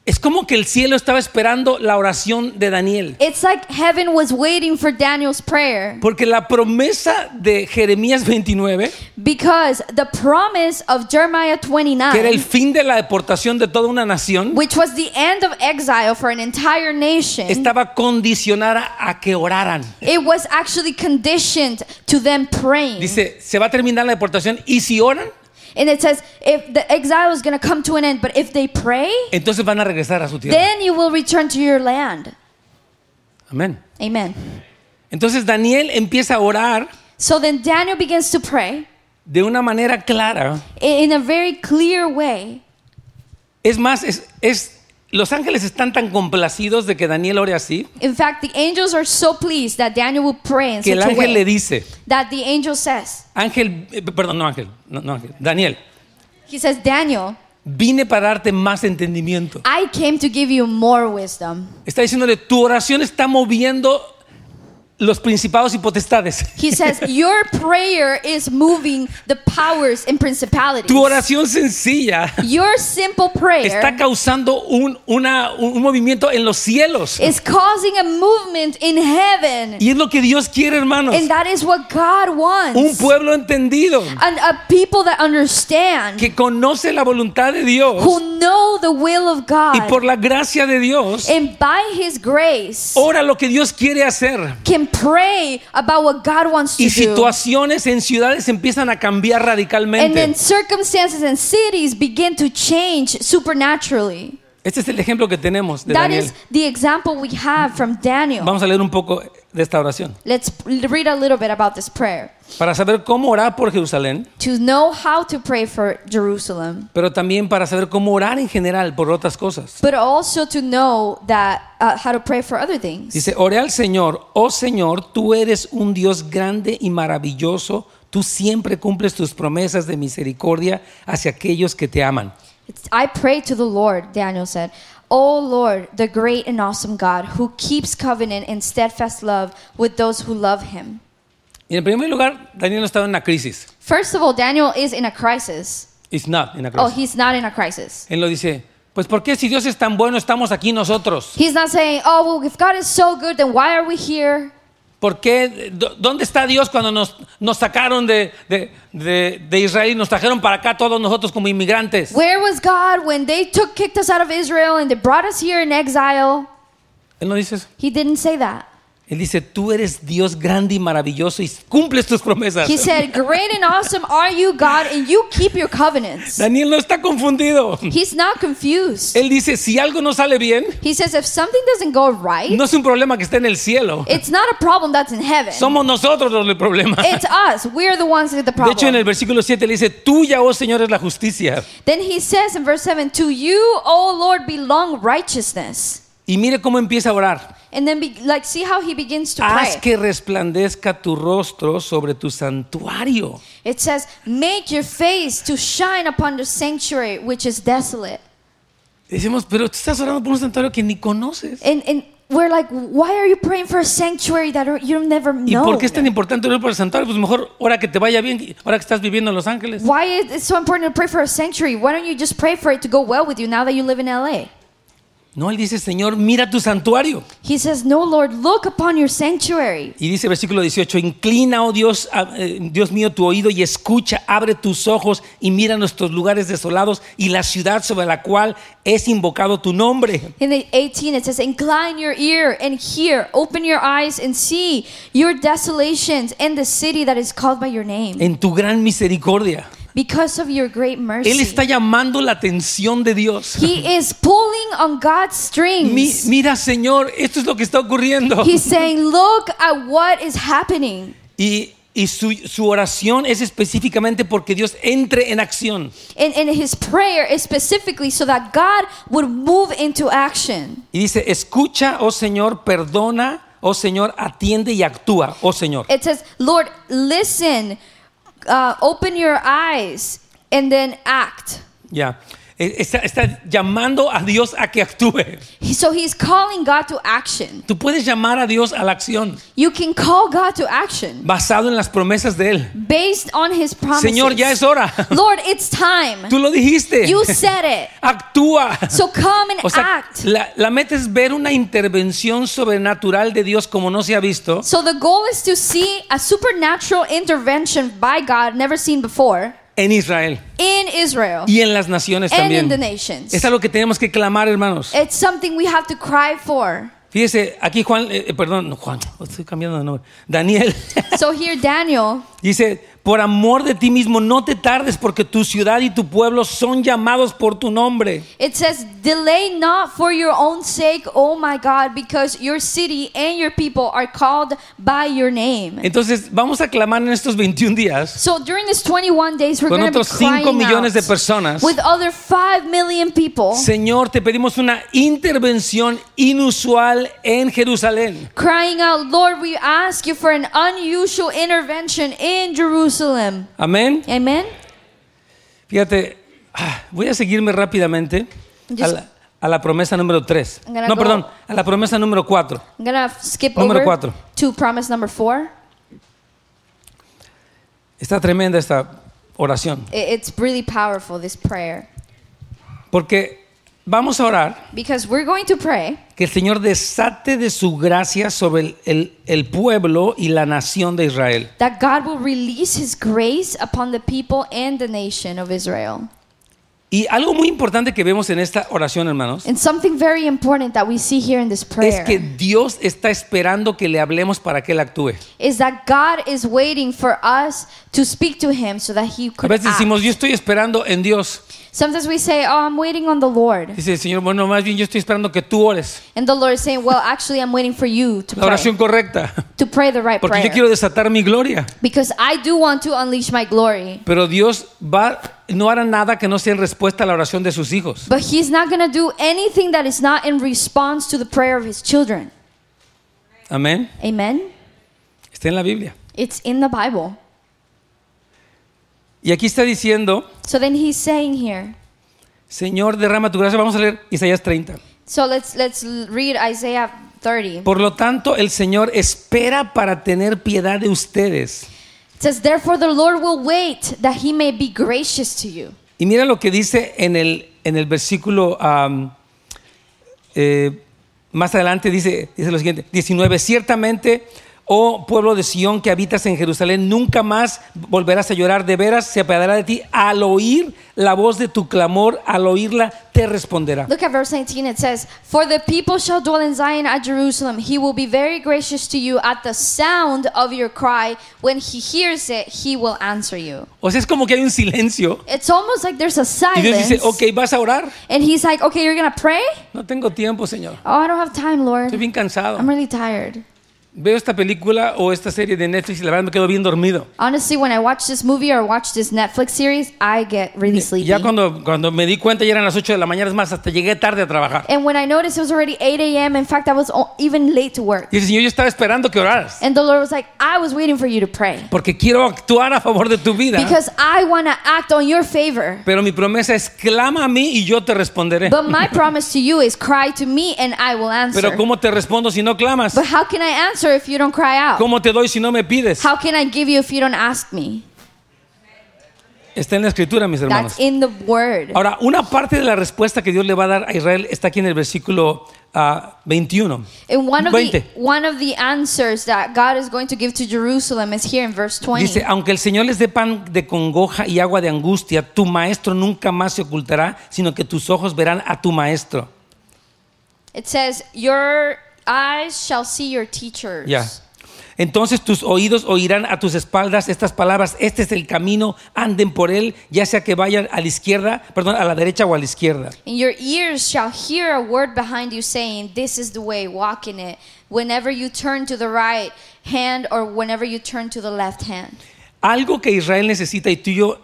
S2: Es como que el cielo estaba esperando la oración de Daniel.
S1: It's like heaven was waiting for Daniel's prayer.
S2: Porque la promesa de Jeremías 29,
S1: Because the promise of Jeremiah
S2: que era
S1: 29,
S2: el fin de la deportación de toda una nación,
S1: which was the end of exile for an entire nation,
S2: estaba condicionada a que oraran.
S1: it was actually conditioned to them praying.
S2: Dice, se va a terminar la deportación y si oran,
S1: And it says, if the exile is going to come to an end, but if they pray,
S2: entonces van a regresar a su tierra.
S1: then you will return to your land.
S2: Amén.
S1: Amen.
S2: Entonces Daniel empieza a orar
S1: So then Daniel begins to pray
S2: de una manera clara.
S1: i- in a very clear way.
S2: Es más, es, es- los ángeles están tan complacidos de que Daniel ore así,
S1: In fact, the angels are so pleased that Daniel will pray in
S2: que el
S1: such a
S2: ángel le
S1: way
S2: dice,
S1: that the angel says,
S2: Ángel, eh, perdón, no Ángel, no, no Ángel, Daniel,
S1: He says, Daniel,
S2: vine para darte más entendimiento.
S1: I came to give you more wisdom.
S2: Está diciéndole, tu oración está moviendo los principados y potestades.
S1: He says, Your prayer is moving the powers and principalities.
S2: Tu oración sencilla
S1: Your simple
S2: está
S1: prayer
S2: causando un, una- un un movimiento en los cielos.
S1: is causing a movement in heaven.
S2: Y es lo que Dios quiere, hermanos.
S1: And that is what God
S2: Un
S1: wants.
S2: pueblo entendido
S1: and a people that understand,
S2: que conoce la voluntad de Dios
S1: who know the will of God,
S2: y por la gracia de Dios Oh.
S1: and by His grace
S2: ora lo que Dios quiere hacer.
S1: can pray about what God wants to
S2: Y
S1: do.
S2: situaciones en ciudades empiezan a cambiar
S1: And then
S2: radicalmente.
S1: circumstances and cities begin to change supernaturally.
S2: Este es el ejemplo que tenemos de
S1: That
S2: Daniel.
S1: is the example we have from Daniel.
S2: Vamos a leer un poco de esta oración
S1: Let's read a little bit about this prayer
S2: para saber cómo orar por Jerusalén,
S1: to know how to pray for Jerusalem,
S2: pero también para saber cómo orar en general por otras cosas.
S1: but also to know that uh, how to pray for other things.
S2: Dice, oré al Señor, oh Señor, tú eres un Dios grande y maravilloso, tú siempre cumples tus promesas de misericordia hacia aquellos que te aman.
S1: It's, I pray to the Lord, Daniel said. O Lord, the great and awesome God, who keeps covenant and steadfast love with those who love him.
S2: Y en primer lugar, Daniel no estaba en una crisis.
S1: First of all, Daniel is in a crisis.
S2: It's not in a
S1: Oh,
S2: crisis.
S1: he's not in a crisis.
S2: Él lo dice, pues ¿por qué si Dios es tan bueno estamos aquí nosotros?
S1: He's not saying, oh, well, if God is so good, then why are we here?
S2: ¿Por qué? ¿Dó- ¿Dónde está Dios cuando nos, nos sacaron de, de- de- de Israel y nos trajeron para acá todos nosotros como inmigrantes?
S1: Where was God when they took kicked us out of Israel and they brought us here in exile?
S2: Él no dice eso.
S1: He didn't say that.
S2: Él dice, tú eres Dios grande y maravilloso y cumples tus promesas.
S1: He said, Great and awesome are you, God, and you keep your covenants.
S2: Daniel no está confundido.
S1: He's not confused.
S2: Él dice, si algo no sale bien,
S1: He says, If something doesn't go right,
S2: no es un problema que esté en el cielo.
S1: it's not a problem that's in heaven.
S2: Somos nosotros los del problema.
S1: It's us. We're the ones with the
S2: De hecho, en el
S1: problem.
S2: versículo 7 le dice, tuya, oh Señor, es la justicia.
S1: Then he says in verse 7 To you, O Lord, belong righteousness.
S2: Y mire cómo empieza a orar.
S1: And then, be, like, see how he begins to
S2: Haz
S1: pray.
S2: que resplandezca tu rostro sobre tu santuario.
S1: It says, Make your face to shine upon the sanctuary which is desolate.
S2: Decimos, pero tú estás orando por un santuario que ni conoces.
S1: And, and we're like, why are you praying for a sanctuary that you'll never
S2: ¿Y
S1: know?
S2: por qué es tan importante orar por el santuario? Pues mejor ahora que te vaya bien, ahora que estás viviendo en Los Ángeles.
S1: Why is it so important to pray for a sanctuary? Why don't you just pray for it to go well with you now that you live in LA?
S2: No, él dice, Señor, mira tu santuario.
S1: He says, No, Lord, look upon your sanctuary.
S2: Y dice versículo 18, inclina, oh Dios, a- eh, Dios mío, tu oído y escucha, abre tus ojos y mira nuestros lugares desolados y la ciudad sobre la cual es invocado tu nombre.
S1: In the 18, it says, Incline your ear and hear, open your eyes and see your desolations and the city that is called by your name
S2: En tu gran misericordia.
S1: because of your great
S2: Él está
S1: mercy.
S2: llamando la atención de Dios.
S1: He is pulling on God's
S2: Mi-
S1: strings.
S2: mira, Señor, esto es lo que está ocurriendo.
S1: He's saying, Look at what is happening.
S2: Y, y su, su oración es específicamente porque Dios entre en acción.
S1: And, and his prayer is specifically so that God would move into action.
S2: Y dice, escucha, oh Señor, perdona, oh Señor, atiende y actúa, oh Señor.
S1: It says, Lord, listen, uh, open your eyes, and then act.
S2: Ya. eh, está, está llamando a Dios a que actúe.
S1: He- So he's calling God to action.
S2: Tú puedes llamar a Dios a la acción
S1: You can call God to action
S2: basado en las promesas de Él.
S1: based on his promises.
S2: Señor, ya es hora.
S1: Lord, it's time.
S2: Tú lo dijiste.
S1: You said it.
S2: Actúa.
S1: So come and
S2: O sea,
S1: act.
S2: la, la meta es ver una intervención sobrenatural de Dios como no se ha visto
S1: So the goal is to see a supernatural intervention by God never seen before
S2: en Israel
S1: in Israel
S2: y en las naciones
S1: and in the
S2: también.
S1: nations.
S2: Es algo que tenemos que clamar, hermanos.
S1: It's something we have to cry for.
S2: Fíjese, aquí Juan, eh, eh, perdón, no, Juan, estoy cambiando de nombre. Daniel
S1: So here Daniel
S2: dice, por amor de ti mismo, no te tardes porque tu ciudad y tu pueblo son llamados por tu nombre.
S1: It says, Delay not for your own sake, oh my God, because your city and your people are called by your name.
S2: Entonces, vamos a clamar en estos 21 días
S1: So during these 21 days, we're
S2: con
S1: going to be
S2: otros 5
S1: crying
S2: millones de
S1: out
S2: personas.
S1: with other 5 million people,
S2: Señor, te pedimos una intervención inusual en Jerusalén.
S1: crying out, Lord, we ask you for an unusual intervention in Jerusalem.
S2: Amén.
S1: Amen?
S2: Fíjate, ah, voy a seguirme rápidamente a la, a la promesa número 3.
S1: I'm gonna
S2: No,
S1: go-
S2: perdón, a la promesa número 4.
S1: I'm going to skip
S2: Número
S1: over
S2: cuatro.
S1: to promise number 4.
S2: Está tremenda esta oración.
S1: I- It's really powerful, this prayer.
S2: Porque vamos a orar
S1: Because we're going to pray
S2: que el Señor desate de su gracia sobre el, el- el pueblo y la nación de Israel.
S1: that God will release his grace upon the people and the nation of Israel.
S2: Y algo muy importante que vemos en esta oración, hermanos,
S1: And something very important that we see here in this
S2: es
S1: prayer
S2: que Dios está esperando que le hablemos para que Él actúe.
S1: is that God is waiting for us to speak to him so that he
S2: A
S1: could
S2: veces
S1: act.
S2: decimos, yo estoy esperando en Dios.
S1: Sometimes we say, "Oh, I'm waiting on the Lord."
S2: Dice el Señor, bueno, más bien yo estoy esperando que tú ores.
S1: And the Lord is saying, "Well, actually I'm waiting for you to
S2: La oración
S1: pray,
S2: correcta.
S1: to pray the right
S2: Porque yo
S1: prayer."
S2: quiero desatar mi gloria.
S1: Because I do want to unleash my glory.
S2: Pero Dios va, no hará nada que no sea en respuesta a la oración de sus hijos.
S1: But he's not going to do anything that is not in response to the prayer of his children.
S2: Amén.
S1: Amen.
S2: Está en la Biblia.
S1: It's in the Bible.
S2: Y aquí está diciendo,
S1: So then he's saying here,
S2: Señor, derrama tu gracia. Vamos a leer Isaías 30.
S1: So let's let's l- read Isaiah 30.
S2: Por lo tanto, el Señor espera para tener piedad de ustedes.
S1: It says, "Therefore the Lord will wait that he may be gracious to you."
S2: Y mira lo que dice en el, en el versículo am, eh, más adelante, dice, dice lo siguiente, 19, ciertamente, oh pueblo de Sión que habitas en Jerusalén, nunca más volverás a llorar, de veras se apiadará de ti, al oír la voz de tu clamor, al oírla te responderá.
S1: Look at verse 19. It says, "For the people shall dwell in Zion at Jerusalem. He will be very gracious to you at the sound of your cry. When he hears it, he will answer you."
S2: O sea, es como que hay un silencio
S1: It's almost like there's a
S2: y Dios
S1: silence.
S2: dice, ok, vas a orar.
S1: And he's like, "Okay, you're going to pray?"
S2: No tengo tiempo, Señor.
S1: "Oh, I don't have time,
S2: Estoy
S1: Lord.
S2: bien cansado.
S1: I'm really tired."
S2: Veo esta película o esta serie de Netflix y la verdad me quedo bien dormido.
S1: Honestly, when I watch this movie or watch this Netflix series, I get really sleepy.
S2: Ya cuando, cuando me di cuenta ya eran las 8 de la mañana, es más, hasta llegué tarde a trabajar.
S1: And when I noticed it was already 8 a.m., in fact, I was o- even late to work.
S2: Y el Señor, yo estaba esperando que oraras,
S1: And the Lord was like, I was waiting for you to pray
S2: porque quiero actuar a favor de tu vida.
S1: because I want to act on your favor.
S2: Pero mi promesa es, clama a mí y yo te responderé.
S1: But my promise to you is cry to me and I will
S2: Pero
S1: answer.
S2: ¿cómo te respondo si no clamas?
S1: But how can I answer if you don't cry out?
S2: ¿Cómo te doy si no me pides?
S1: How can I give you if you don't ask me?
S2: Está en la escritura, mis hermanos.
S1: That's in the word.
S2: Ahora, una parte de la respuesta que Dios le va a dar a Israel está aquí en el versículo ah, 21.
S1: And one of,
S2: 20.
S1: the, one of the answers that God is going to give to Jerusalem is here in verse 20.
S2: Dice, "Ah, aunque el Señor les dé pan de congoja y agua de angustia, tu maestro nunca más se ocultará, sino que tus ojos verán a tu maestro.
S1: It says, Your eyes shall see your teachers.
S2: Ya. Entonces tus oídos oirán a tus espaldas estas palabras, este es el camino, anden por él, ya sea que vayan a la izquierda, perdón, a la derecha o a la izquierda.
S1: And your ears shall hear a word behind you saying, This is the way, walk in it, whenever you turn to the right hand or whenever you turn to the left hand.
S2: Algo que Israel necesita y tú y yo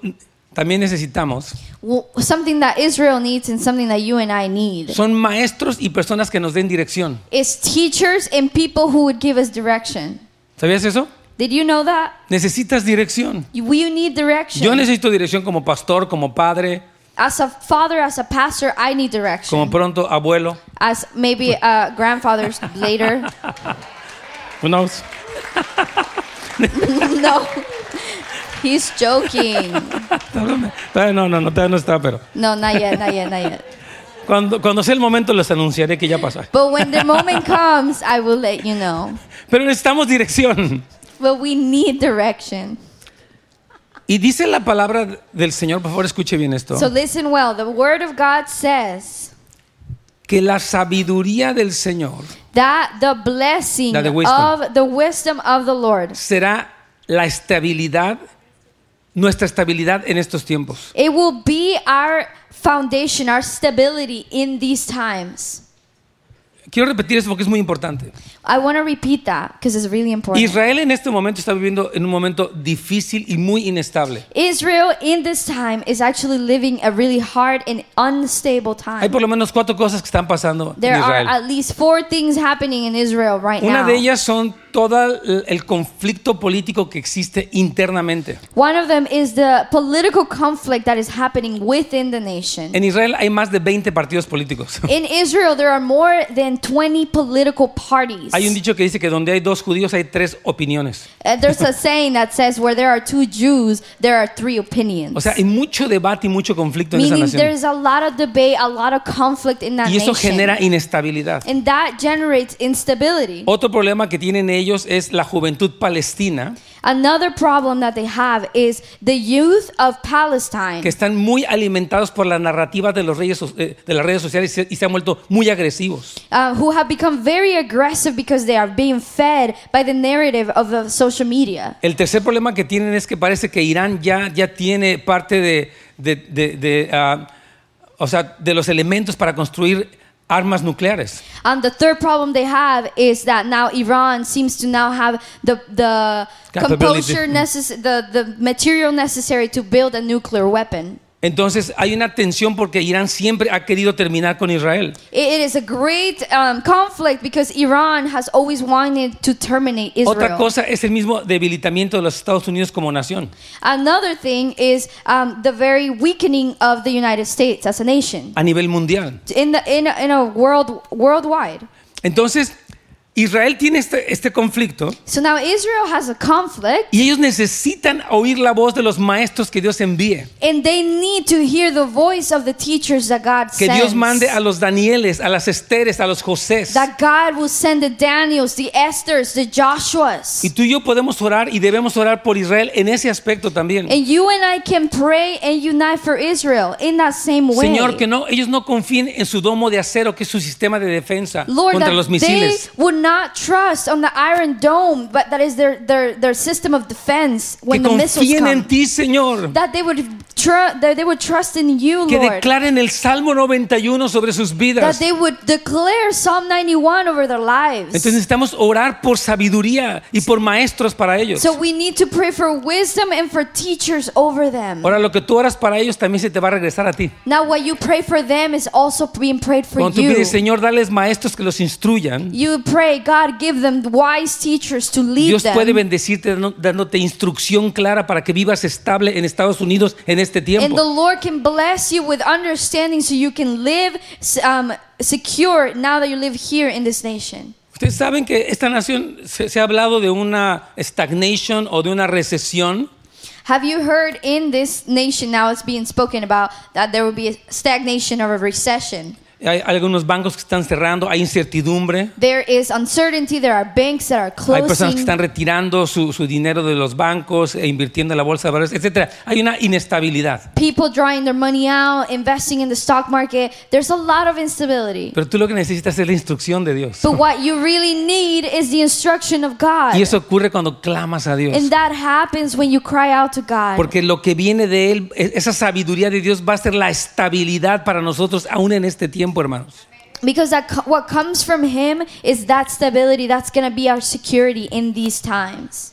S2: también necesitamos
S1: Well, something that Israel needs and something that you and I need
S2: son maestros y personas que nos den dirección.
S1: is teachers and people who would give us direction.
S2: ¿Sabías eso?
S1: Did you know that?
S2: Necesitas dirección.
S1: You- We need direction.
S2: Yo necesito dirección como pastor, como padre,
S1: As a father, as a pastor, I need direction.
S2: Como pronto, abuelo.
S1: As maybe uh, grandfathers later.
S2: Who knows?
S1: no. He's joking.
S2: Todavía No, no, no, todavía no está, pero.
S1: No, not yet, not yet, not yet.
S2: Cuando, cuando sea el momento les anunciaré que ya pasó.
S1: But when the moment comes, I will let you know.
S2: Pero necesitamos dirección.
S1: But we need direction.
S2: Y dice la palabra del Señor, por favor escuche bien esto,
S1: So listen well. The Word of God says
S2: que la sabiduría del Señor
S1: that the blessing
S2: That the wisdom.
S1: of the wisdom of the Lord,
S2: será la estabilidad, nuestra estabilidad en estos tiempos.
S1: it will be our foundation, our stability in these times.
S2: Quiero repetir esto porque es muy importante.
S1: I want to repeat that because it's really important.
S2: Israel en este momento está viviendo en un momento difícil y muy inestable.
S1: Israel in this time is actually living a really hard and unstable
S2: Hay
S1: time.
S2: por lo menos cuatro cosas que están pasando en
S1: There are
S2: Israel.
S1: at least four things happening in Israel right
S2: Una
S1: now.
S2: de ellas son todo el el conflicto político que existe internamente.
S1: One of them is the political conflict that is happening within the nation.
S2: En Israel hay más de 20 partidos políticos.
S1: In Israel, there are more than 20 political parties.
S2: Hay un dicho que dice que donde hay dos judíos hay tres opiniones.
S1: Uh, there's a saying that says where there are two Jews, there are three opinions.
S2: O sea, hay mucho debate y mucho conflicto en esa
S1: Meaning
S2: nación.
S1: there's a lot of debate, a lot of conflict in that
S2: Y eso
S1: nation.
S2: genera inestabilidad.
S1: and that generates instability.
S2: Otro problema que tienen ellos es la juventud palestina,
S1: Another problem that they have is the youth of Palestine.
S2: que están muy alimentados por la narrativa de, los reyes, so- eh, de las redes sociales y se- y se han vuelto muy agresivos.
S1: uh, who have become very aggressive because they are being fed by the narrative of the social media.
S2: El tercer problema que tienen es que parece que Irán ya, ya tiene parte de, de- de- de, ah, o sea, de los elementos para construir armas nucleares.
S1: And the third problem they have is that now Iran seems to now have the the
S2: Capability. Mm.
S1: composure necess- the the material necessary to build a nuclear weapon.
S2: Entonces hay una tensión porque Irán siempre ha querido terminar con Israel.
S1: It- it is a great um, conflict because Iran has always wanted to terminate
S2: Otra
S1: Israel.
S2: cosa es el mismo debilitamiento de los Estados Unidos como nación.
S1: Another thing is um, the very weakening of the United States as a nation
S2: a nivel mundial.
S1: in the in a, in a world worldwide.
S2: Entonces, Israel tiene este, este conflicto
S1: So now Israel has a conflict.
S2: y ellos necesitan oír la voz de los maestros que Dios envíe.
S1: And they need to hear the voice of the teachers that God
S2: Que
S1: sends.
S2: Dios mande a los Danieles, a las Esteres, a los Josés.
S1: that God will send the Daniels, the Esthers, the
S2: Y
S1: Joshuas.
S2: tú y yo podemos orar y debemos orar por Israel en ese aspecto también.
S1: And you and I can pray and unite for Israel in that same way.
S2: Señor, que no, ellos no confíen en su domo de acero, que es su sistema de defensa
S1: Lord,
S2: contra
S1: that
S2: los
S1: they
S2: misiles.
S1: would not trust on the iron dome, but that is their, their, their system of defense
S2: Que
S1: when the missiles
S2: confíen
S1: come.
S2: en ti, Señor.
S1: That they would tru- that they would trust in you,
S2: Que
S1: Lord.
S2: declaren el Salmo 91 sobre sus
S1: That
S2: vidas.
S1: they would declare Psalm 91 over their lives.
S2: Entonces necesitamos orar por sabiduría y por maestros para ellos.
S1: so we need to pray for wisdom and for teachers over them.
S2: Ahora lo que tú oras para ellos también se te va a regresar a ti.
S1: Now what you pray for them is also being prayed for
S2: Cuando tú
S1: you.
S2: pides, Señor, dales maestros que los instruyan,
S1: You pray, God, give them wise teachers to lead
S2: Dios
S1: them.
S2: puede bendecirte dando- dándote instrucción clara para que vivas estable en Estados Unidos en este
S1: and the
S2: tiempo.
S1: Lord can bless you with understanding so you can live um, secure now that you live here in this nation.
S2: Ustedes saben que esta nación se, se ha hablado de una stagnation o de una recesión.
S1: Have you heard in this nation now it's being spoken about that there will be a stagnation or a recession?
S2: Hay algunos bancos que están cerrando, hay incertidumbre,
S1: There is uncertainty, there are banks that are
S2: hay personas que
S1: closing.
S2: están retirando su, su dinero de los bancos e invirtiendo en la bolsa de valores, etcétera. Hay una inestabilidad.
S1: People drawing their money out, investing in the stock market. There's a lot of instability.
S2: Pero tú lo que necesitas es la instrucción de Dios.
S1: But what you really need is the instruction of God.
S2: Y eso ocurre cuando clamas a Dios.
S1: And that happens when you cry out to God.
S2: Porque lo que viene de Él, e- esa sabiduría de Dios va a ser la estabilidad para nosotros aún en este tiempo, hermanos.
S1: because that co- what comes from him is that stability that's going to be our security in these times.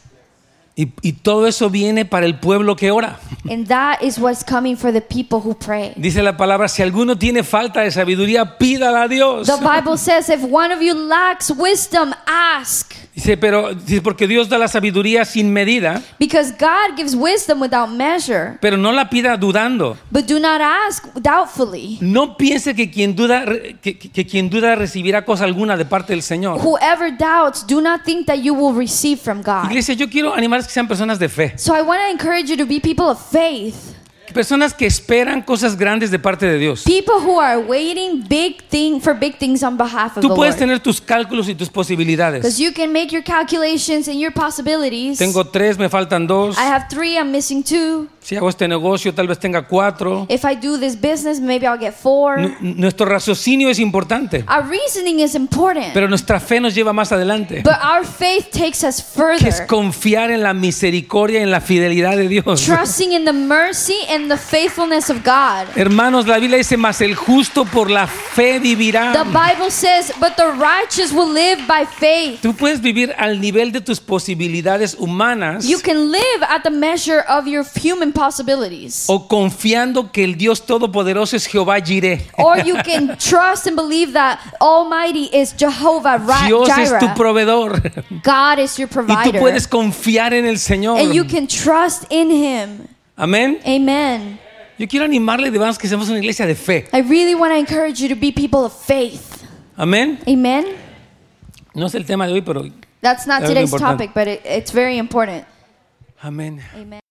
S2: Y, y todo eso viene para el pueblo que ora.
S1: And that is what's coming for the people who pray.
S2: Dice la palabra, si alguno tiene falta de sabiduría, pídala a Dios.
S1: The Bible says if one of you lacks wisdom, ask.
S2: Dice, pero dice, porque Dios da la sabiduría sin medida,
S1: Because God gives wisdom without measure,
S2: pero no la pida dudando.
S1: but do not ask doubtfully.
S2: No piense que quien duda re- que, que- que quien duda recibirá cosa alguna de parte del Señor.
S1: Whoever doubts, do not think that you will receive from God.
S2: Iglesia, yo quiero animarles que sean personas de fe,
S1: So I want to encourage you to be people of faith,
S2: personas que esperan cosas grandes de parte de Dios.
S1: people who are waiting big thing for big things on behalf of
S2: Tú
S1: the
S2: puedes
S1: Lord.
S2: tener tus cálculos y tus posibilidades.
S1: Because you can make your calculations and your possibilities.
S2: Tengo tres, me faltan dos.
S1: I have three, I'm missing two.
S2: Si hago este negocio, tal vez tenga cuatro.
S1: If I do this business, maybe I'll get four.
S2: Nu- Nuestro raciocinio es importante,
S1: Our reasoning is important,
S2: pero nuestra fe nos lleva más adelante.
S1: but our faith takes us
S2: Que es
S1: further.
S2: confiar en la misericordia y en la fidelidad de Dios.
S1: Trusting in the mercy and the faithfulness of God.
S2: Hermanos, la Biblia dice, mas el justo por la fe
S1: The
S2: vivirá.
S1: Bible says, but the righteous will live by faith.
S2: Tú puedes vivir al nivel de tus posibilidades humanas
S1: You can live at the measure of your human possibilities.
S2: o confiando que el Dios Todopoderoso es Jehová Jireh.
S1: Or you can trust and believe that Almighty is Jehovah Ra-
S2: Dios es tu
S1: Jireh.
S2: proveedor.
S1: God is your
S2: Y tú
S1: provider.
S2: puedes confiar en el Señor.
S1: And you can trust in Him.
S2: Amén.
S1: Amen.
S2: Yo quiero animarle, de verdad, que seamos una iglesia de fe.
S1: I really want to encourage you to be people of faith.
S2: Amén.
S1: Amen.
S2: No es el tema de hoy, pero
S1: That's not
S2: Algo
S1: today's
S2: importante.
S1: topic, but it, it's very important.
S2: amén.
S1: Amen.